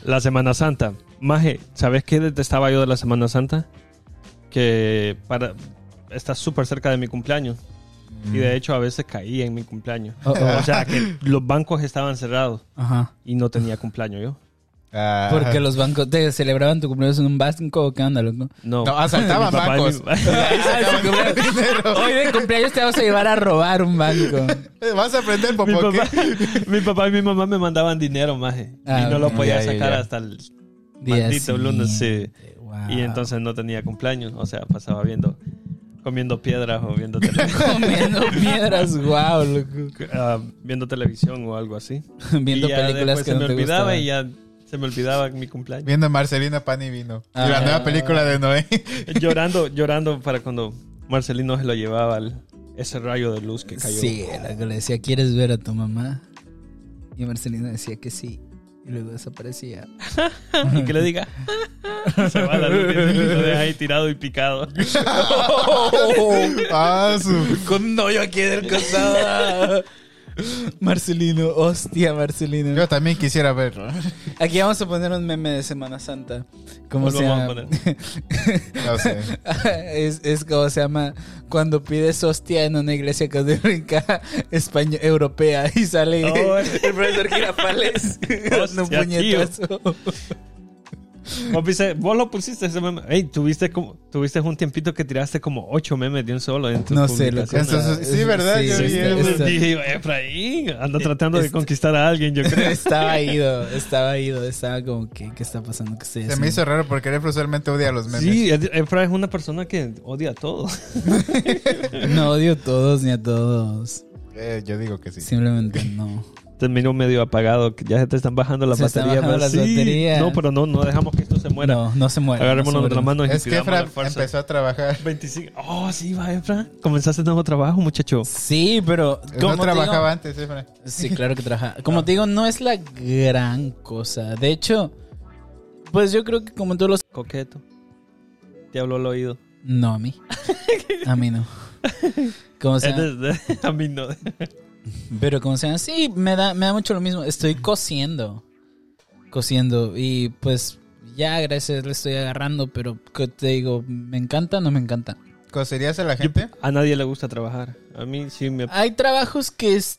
[SPEAKER 1] La Semana Santa. Maje, ¿sabes qué detestaba yo de la Semana Santa? Que para está súper cerca de mi cumpleaños. Y de hecho a veces caía en mi cumpleaños.
[SPEAKER 2] Mm. Oh, oh.
[SPEAKER 1] O sea que los bancos estaban cerrados
[SPEAKER 2] Ajá.
[SPEAKER 1] y no tenía cumpleaños yo.
[SPEAKER 3] Ah,
[SPEAKER 2] Porque los bancos te celebraban tu cumpleaños en un banco o qué onda, loco.
[SPEAKER 1] No.
[SPEAKER 3] No, ah, asaltaban
[SPEAKER 1] Mi papá Ah, y mi-
[SPEAKER 3] bancos.
[SPEAKER 2] Hoy de cumpleaños te vas a llevar a robar un banco.
[SPEAKER 3] Vas a aprender,
[SPEAKER 1] Mi
[SPEAKER 3] Popo,
[SPEAKER 1] papá,
[SPEAKER 3] ¿qué?
[SPEAKER 1] mi papá y mi mamá me mandaban dinero, maje.
[SPEAKER 2] Ah,
[SPEAKER 1] y no lo
[SPEAKER 2] ok.
[SPEAKER 1] podía
[SPEAKER 3] Ya, ya,
[SPEAKER 1] sacar
[SPEAKER 3] ya.
[SPEAKER 1] hasta el
[SPEAKER 2] Día
[SPEAKER 1] maldito lunes. Sí.
[SPEAKER 2] siguiente. Wow.
[SPEAKER 1] Y entonces no tenía cumpleaños. O sea, pasaba viendo, comiendo piedras o viendo televisión.
[SPEAKER 2] Comiendo piedras, wow, loco.
[SPEAKER 1] ah, viendo televisión o algo así.
[SPEAKER 2] Viendo
[SPEAKER 1] Y ya
[SPEAKER 2] películas
[SPEAKER 1] después
[SPEAKER 2] que
[SPEAKER 1] se
[SPEAKER 2] no
[SPEAKER 1] me
[SPEAKER 2] te
[SPEAKER 1] olvidaba
[SPEAKER 2] gustaban.
[SPEAKER 1] y ya se me olvidaba mi cumpleaños.
[SPEAKER 3] Viendo Marcelina Pan y Vino. Y
[SPEAKER 2] Ah.
[SPEAKER 3] la nueva película de Noé.
[SPEAKER 1] llorando, llorando para cuando Marcelino se lo llevaba al- ese rayo de luz que cayó.
[SPEAKER 2] Sí, la que le decía, ¿quieres ver a tu mamá? Y Marcelina decía que sí. Y luego desaparecía.
[SPEAKER 1] Y que le diga. se va la luz y lo deja ahí tirado y picado.
[SPEAKER 3] ah, su...
[SPEAKER 2] Con un hoyo aquí del costado. Marcelino, hostia, Marcelino.
[SPEAKER 3] Yo también quisiera verlo.
[SPEAKER 2] Aquí vamos a poner un meme de Semana Santa. Como
[SPEAKER 1] ¿Cuál
[SPEAKER 2] se
[SPEAKER 1] vamos a
[SPEAKER 2] llama.
[SPEAKER 3] No sé.
[SPEAKER 2] es, es como se llama cuando pides hostia en una iglesia católica español, europea y sale
[SPEAKER 1] Oh,
[SPEAKER 2] el, profesor Girafales dando un
[SPEAKER 1] Hostia, tío.
[SPEAKER 2] puñetazo.
[SPEAKER 1] Vos, viste- vos lo pusiste ese meme. Ey, tuviste, como, tuviste un tiempito que tiraste como ocho memes de un solo. En tu
[SPEAKER 2] No sé, lo
[SPEAKER 1] publicación.
[SPEAKER 3] Eso es- sí, ¿verdad? Yo
[SPEAKER 1] Sí,
[SPEAKER 3] vi
[SPEAKER 1] está-
[SPEAKER 3] eso.
[SPEAKER 2] está-
[SPEAKER 1] Dije, Efraín, anda tratando de
[SPEAKER 2] Este-
[SPEAKER 1] conquistar a alguien, yo creo.
[SPEAKER 2] Estaba ido, estaba ido, estaba como que qué está pasando que estoy
[SPEAKER 3] Se me
[SPEAKER 2] haciendo?
[SPEAKER 3] hizo raro porque él usualmente odia los memes.
[SPEAKER 1] Sí, Efraín es una persona que odia todo.
[SPEAKER 2] No odio a todos ni a todos.
[SPEAKER 3] Eh, yo digo que sí.
[SPEAKER 2] Simplemente no.
[SPEAKER 1] Te miro medio apagado, que ya se te están bajando las
[SPEAKER 2] Se están
[SPEAKER 1] baterías.
[SPEAKER 2] bajando
[SPEAKER 1] ¿verdad?
[SPEAKER 2] las baterías.
[SPEAKER 1] No, pero no, no dejamos que esto se muera.
[SPEAKER 2] No, no se muere.
[SPEAKER 1] Agarrémonos
[SPEAKER 2] no se
[SPEAKER 1] de la
[SPEAKER 2] muere.
[SPEAKER 1] mano y
[SPEAKER 3] Es que
[SPEAKER 1] pidamos la
[SPEAKER 3] Fran
[SPEAKER 1] fuerza.
[SPEAKER 3] empezó a trabajar.
[SPEAKER 1] 25. Oh, sí, va, Efra. Comenzaste nuevo trabajo, muchacho.
[SPEAKER 2] Sí, pero
[SPEAKER 3] No
[SPEAKER 2] como te digo-
[SPEAKER 3] trabajaba Ah. antes, eh, Fran.
[SPEAKER 2] Sí, claro que trabaja. Como te digo, no es la gran cosa. De hecho, pues yo creo que como todos los...
[SPEAKER 1] Coqueto. Te habló al oído.
[SPEAKER 2] No, a mí. A mí no. Como sea,
[SPEAKER 3] Este
[SPEAKER 1] Es de- de- a mí no.
[SPEAKER 2] pero como sea, sí, me da, me da mucho lo mismo. Estoy cosiendo. Cosiendo. Y pues ya, gracias, le estoy agarrando. Pero ¿qué te digo, ¿me encanta o no me encanta?
[SPEAKER 3] ¿Coserías a la gente?
[SPEAKER 1] A nadie le gusta trabajar. A mí sí me.
[SPEAKER 2] Hay trabajos que es.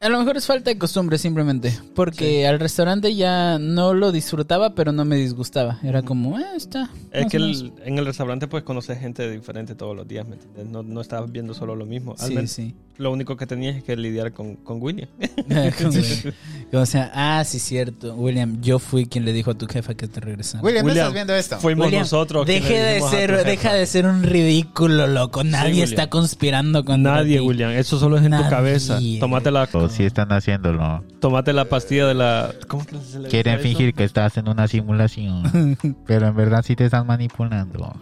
[SPEAKER 2] A lo mejor es falta de costumbre simplemente. Porque al restaurante ya no lo disfrutaba, pero no me disgustaba. Era como, eh, está.
[SPEAKER 1] Es
[SPEAKER 2] más
[SPEAKER 1] que
[SPEAKER 2] o menos".
[SPEAKER 1] el- en el restaurante pues conoces gente diferente todos los días, ¿me entiendes? No, no estás viendo solo lo mismo. Al
[SPEAKER 2] Sí,
[SPEAKER 1] menos-
[SPEAKER 2] sí.
[SPEAKER 1] lo único que tenías es que lidiar con, con William.
[SPEAKER 2] Con William. o sea, ah, sí, cierto. William, yo fui quien le dijo a tu jefa que te regresara.
[SPEAKER 3] William, no
[SPEAKER 1] William,
[SPEAKER 3] estás viendo esto.
[SPEAKER 1] Fuimos
[SPEAKER 2] William,
[SPEAKER 1] nosotros. quienes
[SPEAKER 2] Deje
[SPEAKER 1] le
[SPEAKER 2] de
[SPEAKER 1] dijimos a tu
[SPEAKER 2] ser,
[SPEAKER 1] jefa.
[SPEAKER 2] deja de ser un ridículo, loco. Nadie
[SPEAKER 1] William.
[SPEAKER 2] está conspirando con
[SPEAKER 1] Nadie, William. Eso solo es en tu
[SPEAKER 2] Nadie.
[SPEAKER 1] cabeza. Tómate la,
[SPEAKER 4] O si están haciéndolo.
[SPEAKER 1] tómate la pastilla de la. ¿Cómo que se le dice
[SPEAKER 4] Quieren
[SPEAKER 1] eso?
[SPEAKER 4] fingir que estás en una simulación. pero en verdad sí te están manipulando.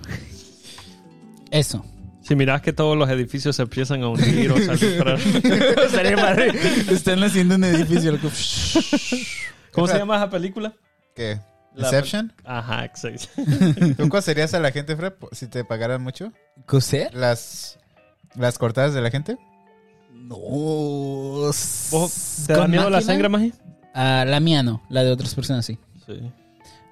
[SPEAKER 2] Eso.
[SPEAKER 1] Si mirás que todos los edificios se empiezan a hundir o salir para-
[SPEAKER 2] Estaría padre. Están haciendo un edificio. loco.
[SPEAKER 1] ¿Cómo se llama esa película?
[SPEAKER 3] ¿Qué?
[SPEAKER 1] La-
[SPEAKER 3] ¿Inception?
[SPEAKER 1] Ajá, exacto.
[SPEAKER 3] ¿Tú coserías a la gente, Fred, po- si te pagaran mucho?
[SPEAKER 2] ¿Coser?
[SPEAKER 3] ¿Las, las cortadas de la gente?
[SPEAKER 2] No.
[SPEAKER 1] Pues, ¿Vos te da
[SPEAKER 2] ¿Con
[SPEAKER 1] miedo la
[SPEAKER 2] máquina?
[SPEAKER 1] sangre, Magi?
[SPEAKER 2] Ah, la mía no, la de otras personas sí.
[SPEAKER 1] Sí.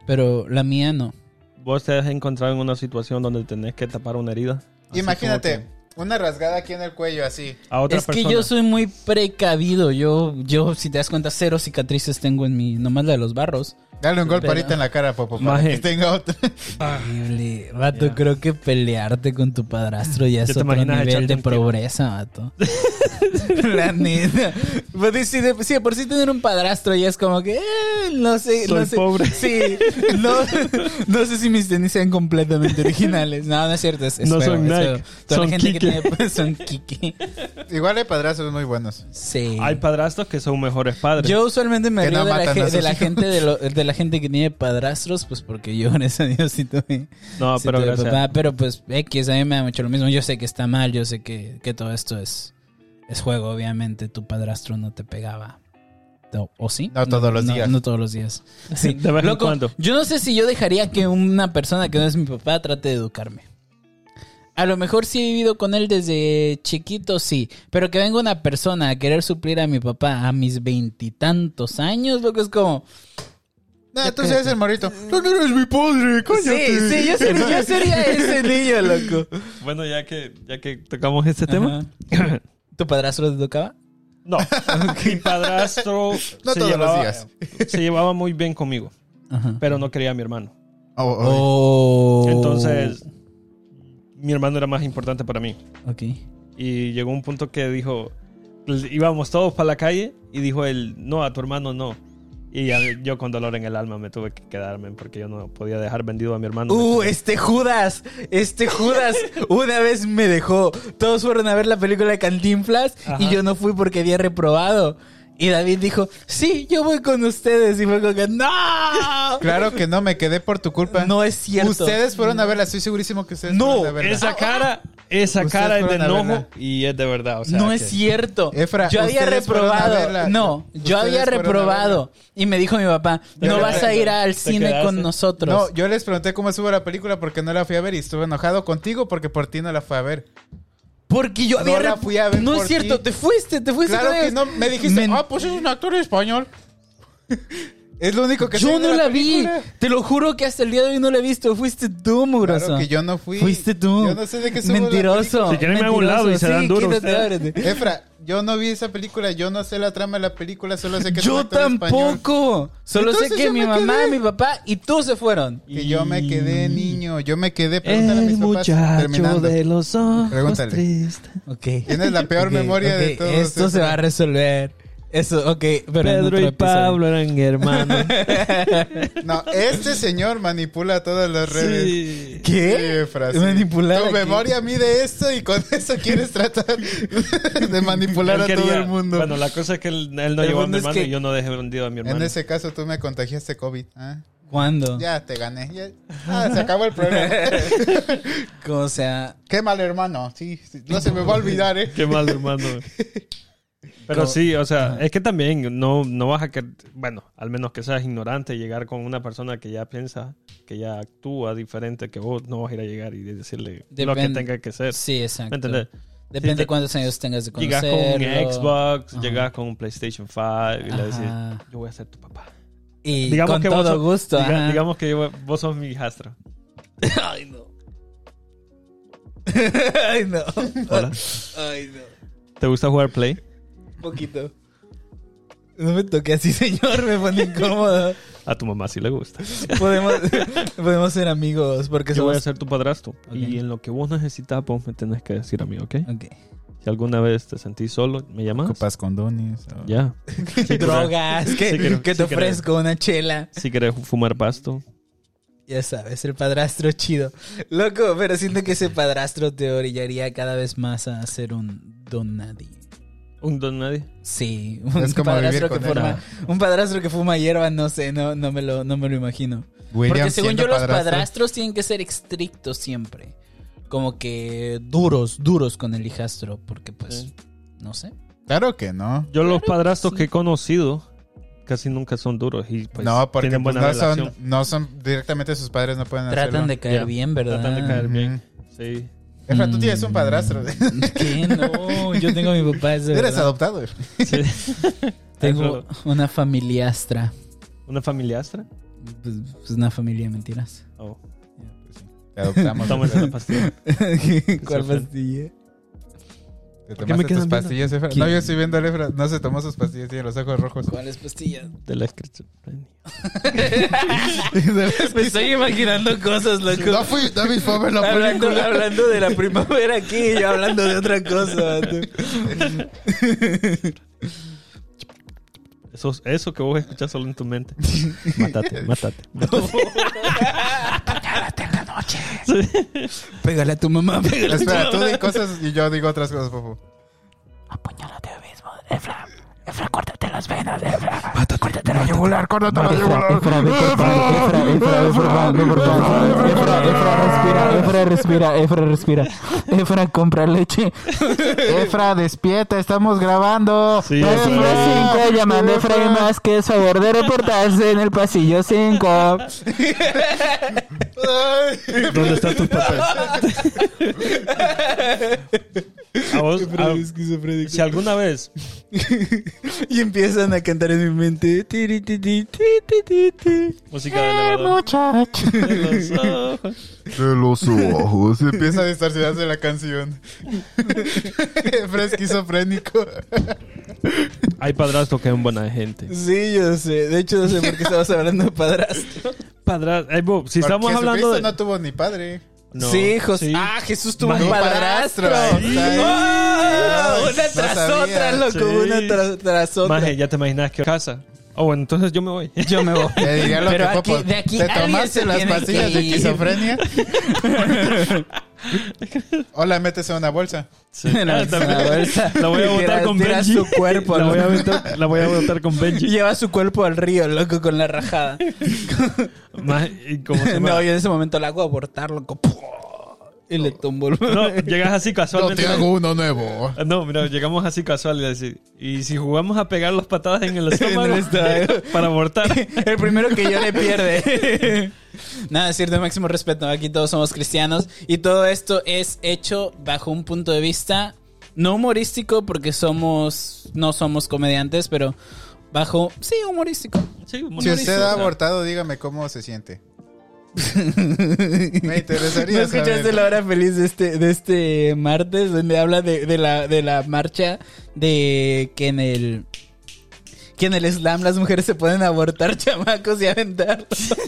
[SPEAKER 2] Pero la mía no.
[SPEAKER 1] ¿Vos te has encontrado en una situación donde tenés que tapar una herida? Así
[SPEAKER 3] Imagínate,
[SPEAKER 1] como
[SPEAKER 3] una rasgada aquí en el cuello, así.
[SPEAKER 1] que A otra
[SPEAKER 2] es que
[SPEAKER 1] persona.
[SPEAKER 2] yo soy muy precavido. Yo, yo, si te das cuenta, cero cicatrices tengo en mi. Nomás la de los barros.
[SPEAKER 3] Dale un golpe
[SPEAKER 2] Pero-
[SPEAKER 3] ahorita en la cara, Popo, para
[SPEAKER 1] Maje.
[SPEAKER 3] que tenga otra.
[SPEAKER 2] Horrible. Vato,
[SPEAKER 1] Ah. Ya.
[SPEAKER 2] creo que pelearte con tu padrastro ya
[SPEAKER 1] ¿Ya
[SPEAKER 2] es
[SPEAKER 1] te
[SPEAKER 2] otro
[SPEAKER 1] imaginas
[SPEAKER 2] nivel
[SPEAKER 1] echarte
[SPEAKER 2] de
[SPEAKER 1] un tiro?
[SPEAKER 2] pobreza, vato. la neta. Pues, si, de, sí, de por sí tener un padrastro ya es como que. eh, no sé.
[SPEAKER 1] Soy
[SPEAKER 2] no sé,
[SPEAKER 1] pobre.
[SPEAKER 2] Sí. No, no sé si mis tenis sean completamente originales. No, no es cierto. Es, es
[SPEAKER 1] No
[SPEAKER 2] juego,
[SPEAKER 1] son
[SPEAKER 2] es
[SPEAKER 1] Nike,
[SPEAKER 2] juego. Toda
[SPEAKER 1] son
[SPEAKER 2] la gente que
[SPEAKER 1] Kike.
[SPEAKER 2] tiene, pues, son Kike.
[SPEAKER 3] Igual hay padrazos muy buenos.
[SPEAKER 2] Sí.
[SPEAKER 1] Hay padrastros que son mejores padres.
[SPEAKER 2] Yo usualmente me
[SPEAKER 3] Que
[SPEAKER 2] río
[SPEAKER 3] no
[SPEAKER 2] de, la,
[SPEAKER 3] matan
[SPEAKER 2] ge-
[SPEAKER 3] a
[SPEAKER 2] de
[SPEAKER 3] sus
[SPEAKER 2] la
[SPEAKER 3] hijos.
[SPEAKER 2] gente de, lo- de la gente que tiene padrastros, pues porque yo gracias a Dios sí tuve.
[SPEAKER 1] no,
[SPEAKER 2] sí
[SPEAKER 1] pero
[SPEAKER 2] tuve
[SPEAKER 1] gracias.
[SPEAKER 2] papá, pero pues X a mí me da mucho lo mismo. Yo sé que está mal, yo sé que, que todo esto es es juego, obviamente tu padrastro no te pegaba. No, ¿O sí?
[SPEAKER 3] No todos los días.
[SPEAKER 2] No, todos los días. Sí.
[SPEAKER 1] De vez en
[SPEAKER 2] Loco,
[SPEAKER 1] cuando.
[SPEAKER 2] Yo no sé si yo dejaría que una persona que no es mi papá trate de educarme. A lo mejor sí he vivido con él desde chiquito, sí. Pero que venga una persona a querer suplir a mi papá a mis veintitantos años, lo que es como.
[SPEAKER 3] No, tú eres el morrito. Tú no eres mi padre, cállate.
[SPEAKER 2] Sí, sí, yo sería, yo sería ese niño, loco.
[SPEAKER 1] Bueno, ya que, ya que tocamos este tema.
[SPEAKER 2] ¿Tu padrastro te educaba?
[SPEAKER 1] No, mi padrastro
[SPEAKER 3] No
[SPEAKER 1] se,
[SPEAKER 3] todos los
[SPEAKER 1] llevaba,
[SPEAKER 3] días.
[SPEAKER 1] se llevaba muy bien conmigo,
[SPEAKER 2] Ajá.
[SPEAKER 1] pero no quería a mi hermano.
[SPEAKER 3] Oh, oh.
[SPEAKER 2] Oh.
[SPEAKER 1] Entonces, mi hermano era más importante para mí.
[SPEAKER 2] Ok.
[SPEAKER 1] Y llegó un punto que dijo, íbamos todos para la calle y dijo él, no, a tu hermano no. Y a- yo con dolor en el alma me tuve que quedarme porque yo no podía dejar vendido a mi hermano.
[SPEAKER 2] Uh, este Judas, este Judas una vez me dejó. Todos fueron a ver la película de Cantinflas y
[SPEAKER 1] Ajá.
[SPEAKER 2] yo no fui porque había reprobado. Y David dijo, sí, yo voy con ustedes. Y fue como que, ¡no!
[SPEAKER 3] Claro que no, me quedé por tu culpa.
[SPEAKER 2] No es cierto.
[SPEAKER 3] Ustedes fueron a verla, estoy segurísimo que ustedes
[SPEAKER 1] no,
[SPEAKER 3] fueron a verla.
[SPEAKER 1] esa cara, esa
[SPEAKER 3] Ustedes
[SPEAKER 1] cara es de
[SPEAKER 3] fueron a
[SPEAKER 1] enojo
[SPEAKER 3] verla.
[SPEAKER 1] y es de verdad. o sea
[SPEAKER 2] no
[SPEAKER 1] que-
[SPEAKER 2] es cierto.
[SPEAKER 3] Efra,
[SPEAKER 2] yo había
[SPEAKER 3] ustedes fueron a
[SPEAKER 2] reprobado.
[SPEAKER 3] verla.
[SPEAKER 2] No, yo
[SPEAKER 3] Ustedes
[SPEAKER 2] había
[SPEAKER 3] fueron a
[SPEAKER 2] reprobado. Y me dijo mi papá,
[SPEAKER 1] Te
[SPEAKER 2] no vas a ir
[SPEAKER 1] quedaste.
[SPEAKER 2] al
[SPEAKER 1] Te
[SPEAKER 2] cine con
[SPEAKER 1] quedaste.
[SPEAKER 2] nosotros.
[SPEAKER 3] No, yo les pregunté cómo estuvo la película porque no la fui a ver y estuve enojado contigo porque por ti no la fui a ver.
[SPEAKER 2] Porque yo
[SPEAKER 3] No
[SPEAKER 2] había.
[SPEAKER 3] la
[SPEAKER 2] rep-
[SPEAKER 3] fui a ver
[SPEAKER 2] No
[SPEAKER 3] por
[SPEAKER 2] es cierto,
[SPEAKER 3] ti.
[SPEAKER 2] te fuiste, te fuiste.
[SPEAKER 3] Claro
[SPEAKER 2] con
[SPEAKER 3] que
[SPEAKER 2] ellos.
[SPEAKER 3] no, me dijiste,
[SPEAKER 2] Men-
[SPEAKER 3] ah, pues es un actor español. es lo único que sé
[SPEAKER 2] Yo
[SPEAKER 3] de
[SPEAKER 2] no la vi.
[SPEAKER 3] película.
[SPEAKER 2] Te lo juro que hasta el día de hoy no la he visto. Fuiste tú, mugroso.
[SPEAKER 3] Claro que yo no fui.
[SPEAKER 2] Fuiste tú.
[SPEAKER 3] Yo no sé de qué estuvo la
[SPEAKER 2] Mentiroso.
[SPEAKER 1] Si quieren me hago un
[SPEAKER 2] mentiroso.
[SPEAKER 1] lado y se dan ¿eh? duro
[SPEAKER 2] quítate,
[SPEAKER 1] ustedes.
[SPEAKER 2] ábrete.
[SPEAKER 3] Efra, yo no vi esa película, yo no sé la trama de la película, solo sé que es un
[SPEAKER 2] Yo
[SPEAKER 3] actor español.
[SPEAKER 2] tampoco. Solo sé
[SPEAKER 3] Entonces
[SPEAKER 2] que
[SPEAKER 3] yo
[SPEAKER 2] mi
[SPEAKER 3] me
[SPEAKER 2] mamá,
[SPEAKER 3] quedé.
[SPEAKER 2] mi papá y tú se fueron.
[SPEAKER 3] Que yo me
[SPEAKER 2] Mm.
[SPEAKER 3] quedé niño, yo me quedé. Pregúntale a mis papás. Terminando.
[SPEAKER 1] los ojos
[SPEAKER 3] Pregúntale.
[SPEAKER 1] tristes.
[SPEAKER 2] Ok.
[SPEAKER 3] Tienes la peor
[SPEAKER 2] Ok,
[SPEAKER 3] memoria de
[SPEAKER 2] ok,
[SPEAKER 3] todos.
[SPEAKER 2] Esto se va a resolver. Eso, ok. Pero en otro
[SPEAKER 1] Pedro y
[SPEAKER 2] episodio.
[SPEAKER 1] Pablo eran hermanos.
[SPEAKER 3] No, este señor manipula todas las redes.
[SPEAKER 1] Sí.
[SPEAKER 2] ¿Qué?
[SPEAKER 3] Sí, Efra, sí.
[SPEAKER 2] Manipular
[SPEAKER 3] Tu
[SPEAKER 2] aquí.
[SPEAKER 3] memoria mide esto y con eso quieres tratar de manipular
[SPEAKER 1] Él
[SPEAKER 3] a todo
[SPEAKER 1] quería-
[SPEAKER 3] el mundo.
[SPEAKER 1] Bueno, la cosa es que él, él no
[SPEAKER 2] El
[SPEAKER 1] llevó a
[SPEAKER 2] mundo
[SPEAKER 1] mi
[SPEAKER 2] es
[SPEAKER 1] hermano
[SPEAKER 2] que-
[SPEAKER 1] y yo no dejé vendido a mi hermano.
[SPEAKER 3] En ese caso tú me contagiaste COVID. ¿ah?
[SPEAKER 2] ¿Cuándo?
[SPEAKER 3] Ya te gané. ya. Ah, se acabó el problema.
[SPEAKER 2] O sea,
[SPEAKER 3] Qué mal hermano. Sí, sí, no se me va a olvidar, ¿eh?
[SPEAKER 1] Qué mal, hermano. Pero
[SPEAKER 2] Como-
[SPEAKER 1] sí, o sea, es que también no, no vas a que, bueno, al menos que seas ignorante, llegar con una persona que ya piensa, que ya actúa diferente, que vos no vas a ir a llegar y decirle lo que
[SPEAKER 2] Depende.
[SPEAKER 1] tenga que ser.
[SPEAKER 2] sí, exacto.
[SPEAKER 1] ¿Me entendés?
[SPEAKER 2] Depende
[SPEAKER 1] Sí, te-
[SPEAKER 2] de cuántos años tengas de
[SPEAKER 1] Llegas
[SPEAKER 2] conocerlo.
[SPEAKER 1] con un Xbox,
[SPEAKER 2] Ajá.
[SPEAKER 1] llegas con un PlayStation 5 y le decís,
[SPEAKER 2] Ajá.
[SPEAKER 1] yo voy a ser tu papá.
[SPEAKER 2] Y con todo
[SPEAKER 1] sos-
[SPEAKER 2] gusto.
[SPEAKER 1] diga-
[SPEAKER 2] ajá.
[SPEAKER 1] digamos que yo- vos sos mi hijastro.
[SPEAKER 2] Ay, no. Ay, no.
[SPEAKER 1] Hola.
[SPEAKER 2] Ay, no.
[SPEAKER 1] ¿Te gusta jugar Play?
[SPEAKER 2] Un poquito. No me toque así, señor. Me pone incómodo.
[SPEAKER 1] A tu mamá sí le gusta.
[SPEAKER 2] Podemos, podemos ser amigos porque
[SPEAKER 1] Yo voy a
[SPEAKER 2] somos...
[SPEAKER 1] ser tu padrastro.
[SPEAKER 2] Ok.
[SPEAKER 1] Y en lo que vos necesitas, vos me tenés que decir a mí, ¿ok?
[SPEAKER 2] Ok.
[SPEAKER 1] Si que alguna vez te sentís solo, me llamas.
[SPEAKER 3] Copas condones. o-
[SPEAKER 1] Ya. Si
[SPEAKER 2] Drogas, que,
[SPEAKER 1] Sí creo,
[SPEAKER 2] que
[SPEAKER 1] sí
[SPEAKER 2] te
[SPEAKER 1] creo.
[SPEAKER 2] ofrezco una chela.
[SPEAKER 1] Si querés fumar pasto.
[SPEAKER 2] Ya sabes, el padrastro chido. Loco, pero siento que ese padrastro te orillaría cada vez más a ser un don nadie.
[SPEAKER 1] Un don nadie.
[SPEAKER 2] Sí, un
[SPEAKER 3] Es como vivir
[SPEAKER 2] padrastro que
[SPEAKER 3] con él,
[SPEAKER 2] forma, un padrastro que fuma hierba, no sé, no, no me lo, no me lo imagino.
[SPEAKER 3] William
[SPEAKER 2] Porque según
[SPEAKER 3] siendo
[SPEAKER 2] yo los
[SPEAKER 3] padrastro.
[SPEAKER 2] padrastros tienen que ser estrictos siempre. Como que duros, duros con el hijastro, porque pues,
[SPEAKER 1] Sí.
[SPEAKER 2] no sé.
[SPEAKER 3] Claro que no.
[SPEAKER 1] Yo los padrastros
[SPEAKER 2] sí.
[SPEAKER 1] que he conocido casi nunca son duros y pues
[SPEAKER 3] no, porque
[SPEAKER 1] tienen
[SPEAKER 3] pues,
[SPEAKER 1] buena
[SPEAKER 3] no,
[SPEAKER 1] relación.
[SPEAKER 3] son, no son directamente sus padres, Ah, no pueden
[SPEAKER 2] Tratan
[SPEAKER 3] hacerlo.
[SPEAKER 2] de caer
[SPEAKER 1] Ya,
[SPEAKER 2] bien, ¿verdad?
[SPEAKER 1] tratan de caer
[SPEAKER 3] Ujú.
[SPEAKER 1] bien. Sí.
[SPEAKER 3] Efra, tú tienes un
[SPEAKER 2] Mm.
[SPEAKER 3] padrastro. ¿eh?
[SPEAKER 2] ¿Qué? No, yo tengo a mi papá. es de
[SPEAKER 3] Eres
[SPEAKER 2] verdad.
[SPEAKER 3] adoptado. Efra.
[SPEAKER 1] Sí.
[SPEAKER 2] Tengo
[SPEAKER 1] Eso,
[SPEAKER 2] una familiastra.
[SPEAKER 1] una familiastra.
[SPEAKER 2] Pues, pues una familia de mentiras.
[SPEAKER 1] Oh,
[SPEAKER 3] Te adoptamos.
[SPEAKER 1] tómense
[SPEAKER 3] Efra.
[SPEAKER 1] la pastilla.
[SPEAKER 2] ¿Cuál
[SPEAKER 1] ofende.
[SPEAKER 2] pastilla?
[SPEAKER 3] ¿Te
[SPEAKER 1] ¿Por qué me
[SPEAKER 3] tomaste
[SPEAKER 1] quedan
[SPEAKER 3] tus
[SPEAKER 1] viendo?
[SPEAKER 3] pastillas, Efra? No,
[SPEAKER 2] ¿Quién?
[SPEAKER 3] yo estoy viendo a Efra. No se tomó sus pastillas, tiene los ojos rojos.
[SPEAKER 2] ¿Cuáles pastillas?
[SPEAKER 1] De la esquizofrenia.
[SPEAKER 2] Me estoy imaginando cosas, loco.
[SPEAKER 3] No fui David Fover, no fui.
[SPEAKER 2] hablando, hablando de la primavera aquí y yo hablando de otra cosa. tú.
[SPEAKER 1] Eso, eso que vos escuchás solo en tu mente. Mátate, mátate.
[SPEAKER 2] Pégale a tu mamá, pégale a tu
[SPEAKER 3] Espera, tú
[SPEAKER 2] mamá.
[SPEAKER 3] di cosas y yo digo otras cosas, Fofo.
[SPEAKER 4] Efra, Efra, ve por Fran, Efra, Efra, ve por Fran, ve por Fran. Efra, Efra, respira, Efra, respira, Efra, respira. Efra, compra leche.
[SPEAKER 3] Efra, despierta, estamos grabando.
[SPEAKER 1] Sí,
[SPEAKER 4] Efra
[SPEAKER 1] eso es.
[SPEAKER 4] 5, llamando a Efra y más que es favor de reportarse en el pasillo 5.
[SPEAKER 2] Ah,
[SPEAKER 1] ¿Dónde están tus papeles? A vos, a- si alguna vez
[SPEAKER 2] Y empiezan a cantar en mi mente. Tiri, ti, ti, ti, ti, ti, ti.
[SPEAKER 1] música de elevador
[SPEAKER 4] Muchacho.
[SPEAKER 1] de los ojos.
[SPEAKER 3] De los ojos. Empieza a distorsionarse la canción. Efra esquizofrénico.
[SPEAKER 1] Hay padrastros que son buena gente.
[SPEAKER 2] Sí, yo sé. De hecho, no sé por qué estabas hablando de padrastro.
[SPEAKER 1] Padrastro, eh, Bob, si estamos
[SPEAKER 3] Porque
[SPEAKER 1] hablando de
[SPEAKER 3] Jesucristo no tuvo ni padre.
[SPEAKER 1] No,
[SPEAKER 2] sí, José.
[SPEAKER 1] sí.
[SPEAKER 2] Ah, Jesús tuvo
[SPEAKER 1] Más
[SPEAKER 2] un
[SPEAKER 1] un
[SPEAKER 2] padrastro.
[SPEAKER 3] padrastro. Sí.
[SPEAKER 2] Ah,
[SPEAKER 3] Ay,
[SPEAKER 2] una
[SPEAKER 3] no
[SPEAKER 2] tras
[SPEAKER 3] sabía.
[SPEAKER 2] otra, loco.
[SPEAKER 1] Sí.
[SPEAKER 2] Una tra- tras otra.
[SPEAKER 1] Maje, ya te imaginas que casa. Oh, bueno, entonces yo me voy.
[SPEAKER 2] Yo me voy.
[SPEAKER 3] Te diría lo
[SPEAKER 2] Pero
[SPEAKER 3] que
[SPEAKER 2] aquí-
[SPEAKER 3] Popo.
[SPEAKER 2] de aquí
[SPEAKER 3] ¿Te
[SPEAKER 2] alguien
[SPEAKER 3] tomaste
[SPEAKER 2] se
[SPEAKER 3] las
[SPEAKER 2] tiene
[SPEAKER 3] pastillas
[SPEAKER 2] que
[SPEAKER 3] de
[SPEAKER 2] ir.
[SPEAKER 3] esquizofrenia? Hola, métese en una bolsa.
[SPEAKER 1] Sí.
[SPEAKER 2] En la-
[SPEAKER 1] Ah,
[SPEAKER 2] en
[SPEAKER 1] también.
[SPEAKER 2] la bolsa.
[SPEAKER 1] La voy a botar
[SPEAKER 2] Tira-
[SPEAKER 1] con
[SPEAKER 2] tira
[SPEAKER 1] Benji.
[SPEAKER 2] su cuerpo,
[SPEAKER 1] la,
[SPEAKER 2] ¿no?
[SPEAKER 1] voy a botar, la voy a botar con Benji.
[SPEAKER 2] Lleva su cuerpo al río, loco, con la rajada.
[SPEAKER 1] Maje, ¿y cómo se llama?
[SPEAKER 2] No, yo en ese momento la hago abortar, loco. ¡Pum! Y le tumbo el...
[SPEAKER 1] No, llegas así
[SPEAKER 3] No,
[SPEAKER 1] casualmente.
[SPEAKER 3] te hago uno nuevo.
[SPEAKER 1] Ah, No, mira, llegamos así casual y decir, y si jugamos a pegar las patadas en el estómago,
[SPEAKER 2] En el estómago.
[SPEAKER 1] para abortar.
[SPEAKER 2] El primero que yo le pierde. Nada, es cierto, máximo respeto. Aquí todos somos cristianos. Y todo esto es hecho bajo un punto de vista no humorístico, porque somos. No somos comediantes, pero bajo. Sí, humorístico.
[SPEAKER 1] Sí,
[SPEAKER 3] Si
[SPEAKER 1] humorista,
[SPEAKER 3] usted ha
[SPEAKER 1] o sea.
[SPEAKER 3] abortado, dígame cómo se siente. Me interesaría
[SPEAKER 2] ¿No escuchaste
[SPEAKER 3] saber.
[SPEAKER 2] la hora feliz de este, de este martes? Donde habla de, de la, de la marcha de que en el. Que en el Islam las mujeres se pueden abortar chamacos y aventarlos.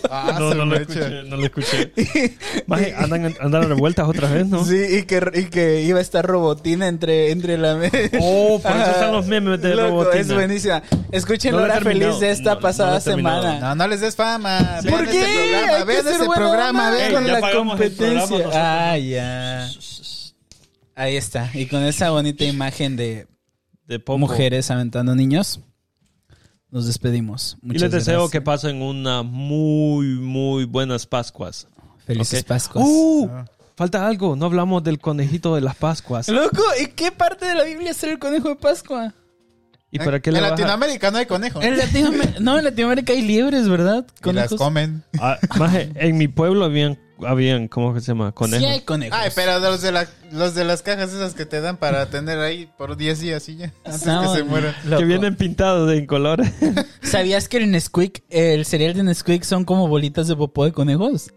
[SPEAKER 3] Ah,
[SPEAKER 1] No,
[SPEAKER 3] su
[SPEAKER 1] no lo
[SPEAKER 3] mecha.
[SPEAKER 1] escuché, no lo escuché. Maje, andan, andan a vueltas otra vez, ¿no?
[SPEAKER 2] Sí, y que, y que iba a estar robotina entre, entre la mesa.
[SPEAKER 1] Oh, por eso están los memes de Robotina.
[SPEAKER 2] Es buenísima. Escuchen
[SPEAKER 1] No lo
[SPEAKER 2] la
[SPEAKER 1] he
[SPEAKER 2] hora feliz
[SPEAKER 1] terminado.
[SPEAKER 2] de
[SPEAKER 1] No,
[SPEAKER 2] esta
[SPEAKER 1] no lo he
[SPEAKER 2] pasada
[SPEAKER 1] terminado.
[SPEAKER 2] semana.
[SPEAKER 3] No, no les des fama.
[SPEAKER 2] ¿Por
[SPEAKER 3] Vean
[SPEAKER 2] qué?
[SPEAKER 3] este programa,
[SPEAKER 2] Hay que
[SPEAKER 3] vean
[SPEAKER 2] ser
[SPEAKER 3] este
[SPEAKER 2] buena
[SPEAKER 3] programa,
[SPEAKER 2] onda.
[SPEAKER 3] vean
[SPEAKER 1] Ey,
[SPEAKER 2] con
[SPEAKER 1] ya
[SPEAKER 2] la
[SPEAKER 1] pagamos el programa
[SPEAKER 2] competencia.
[SPEAKER 1] nosotros.
[SPEAKER 2] Ah, ya. Ahí está. Y con esa bonita imagen de
[SPEAKER 1] De Popo.
[SPEAKER 2] mujeres aventando niños, nos despedimos.
[SPEAKER 1] Y
[SPEAKER 2] Muchas
[SPEAKER 1] les deseo
[SPEAKER 2] gracias.
[SPEAKER 1] que pasen unas muy, muy buenas Pascuas.
[SPEAKER 2] Felices
[SPEAKER 1] Ok.
[SPEAKER 2] Pascuas.
[SPEAKER 1] ¡Uh!
[SPEAKER 3] Ah.
[SPEAKER 1] Falta algo, no hablamos del conejito de las Pascuas.
[SPEAKER 2] Loco, ¿y qué parte de la Biblia es el conejo de Pascua?
[SPEAKER 1] ¿Y para qué
[SPEAKER 3] en
[SPEAKER 1] le vas a-
[SPEAKER 3] Latinoamérica no hay conejos.
[SPEAKER 2] En Latinoamérica, no, en Latinoamérica hay liebres, ¿verdad?
[SPEAKER 3] Y las
[SPEAKER 2] Conejos.
[SPEAKER 3] comen.
[SPEAKER 1] Ah, maje, en mi pueblo habían, habían, ¿cómo que se llama?
[SPEAKER 2] Sí
[SPEAKER 1] Conejos.
[SPEAKER 2] hay conejos.
[SPEAKER 3] Ay, pero los de, la, los de las cajas esas que te dan para tener ahí por 10 días y ya. Antes
[SPEAKER 2] No,
[SPEAKER 3] que se mueran.
[SPEAKER 1] que
[SPEAKER 2] loco.
[SPEAKER 1] vienen pintados de en colores.
[SPEAKER 2] ¿Sabías que el Nesquik, el cereal de Nesquik son como bolitas de popó de conejos?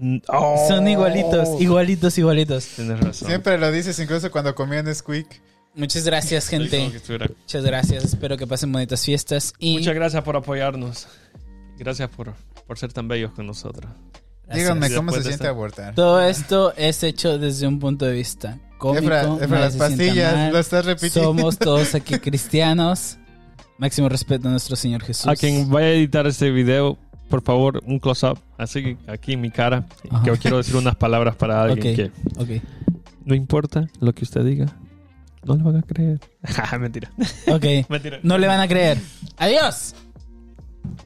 [SPEAKER 1] Mm, oh.
[SPEAKER 2] Son igualitos, igualitos, igualitos.
[SPEAKER 1] Tienes razón.
[SPEAKER 3] Siempre lo dices, incluso cuando comían Squeak.
[SPEAKER 2] Muchas gracias,
[SPEAKER 1] Soy como que
[SPEAKER 2] gente.
[SPEAKER 1] estuviera-
[SPEAKER 2] Muchas gracias. Espero que pasen bonitas fiestas y
[SPEAKER 1] Muchas gracias por apoyarnos. Gracias por, por ser tan bellos con nosotros.
[SPEAKER 2] Así
[SPEAKER 3] Díganme
[SPEAKER 2] es.
[SPEAKER 1] es.
[SPEAKER 3] cómo se
[SPEAKER 1] Después de
[SPEAKER 3] siente
[SPEAKER 1] esta-
[SPEAKER 3] abortar.
[SPEAKER 2] Todo esto es hecho desde un punto de vista cómico.
[SPEAKER 3] Efra,
[SPEAKER 2] nadie
[SPEAKER 3] Efra, las
[SPEAKER 2] se sienta
[SPEAKER 3] pastillas,
[SPEAKER 2] mal.
[SPEAKER 3] lo estás repitiendo.
[SPEAKER 2] Somos todos aquí cristianos. Máximo respeto a nuestro Señor Jesús.
[SPEAKER 1] A quien vaya a editar este video, por favor, un close-up, así aquí en mi cara.
[SPEAKER 2] Ajá.
[SPEAKER 1] Que quiero decir unas palabras para alguien
[SPEAKER 2] Ok.
[SPEAKER 1] que
[SPEAKER 2] Ok,
[SPEAKER 1] no importa lo que usted diga, no lo van a creer. Mentira.
[SPEAKER 2] ok.
[SPEAKER 1] Mentira.
[SPEAKER 2] No le van a creer. ¡Adiós!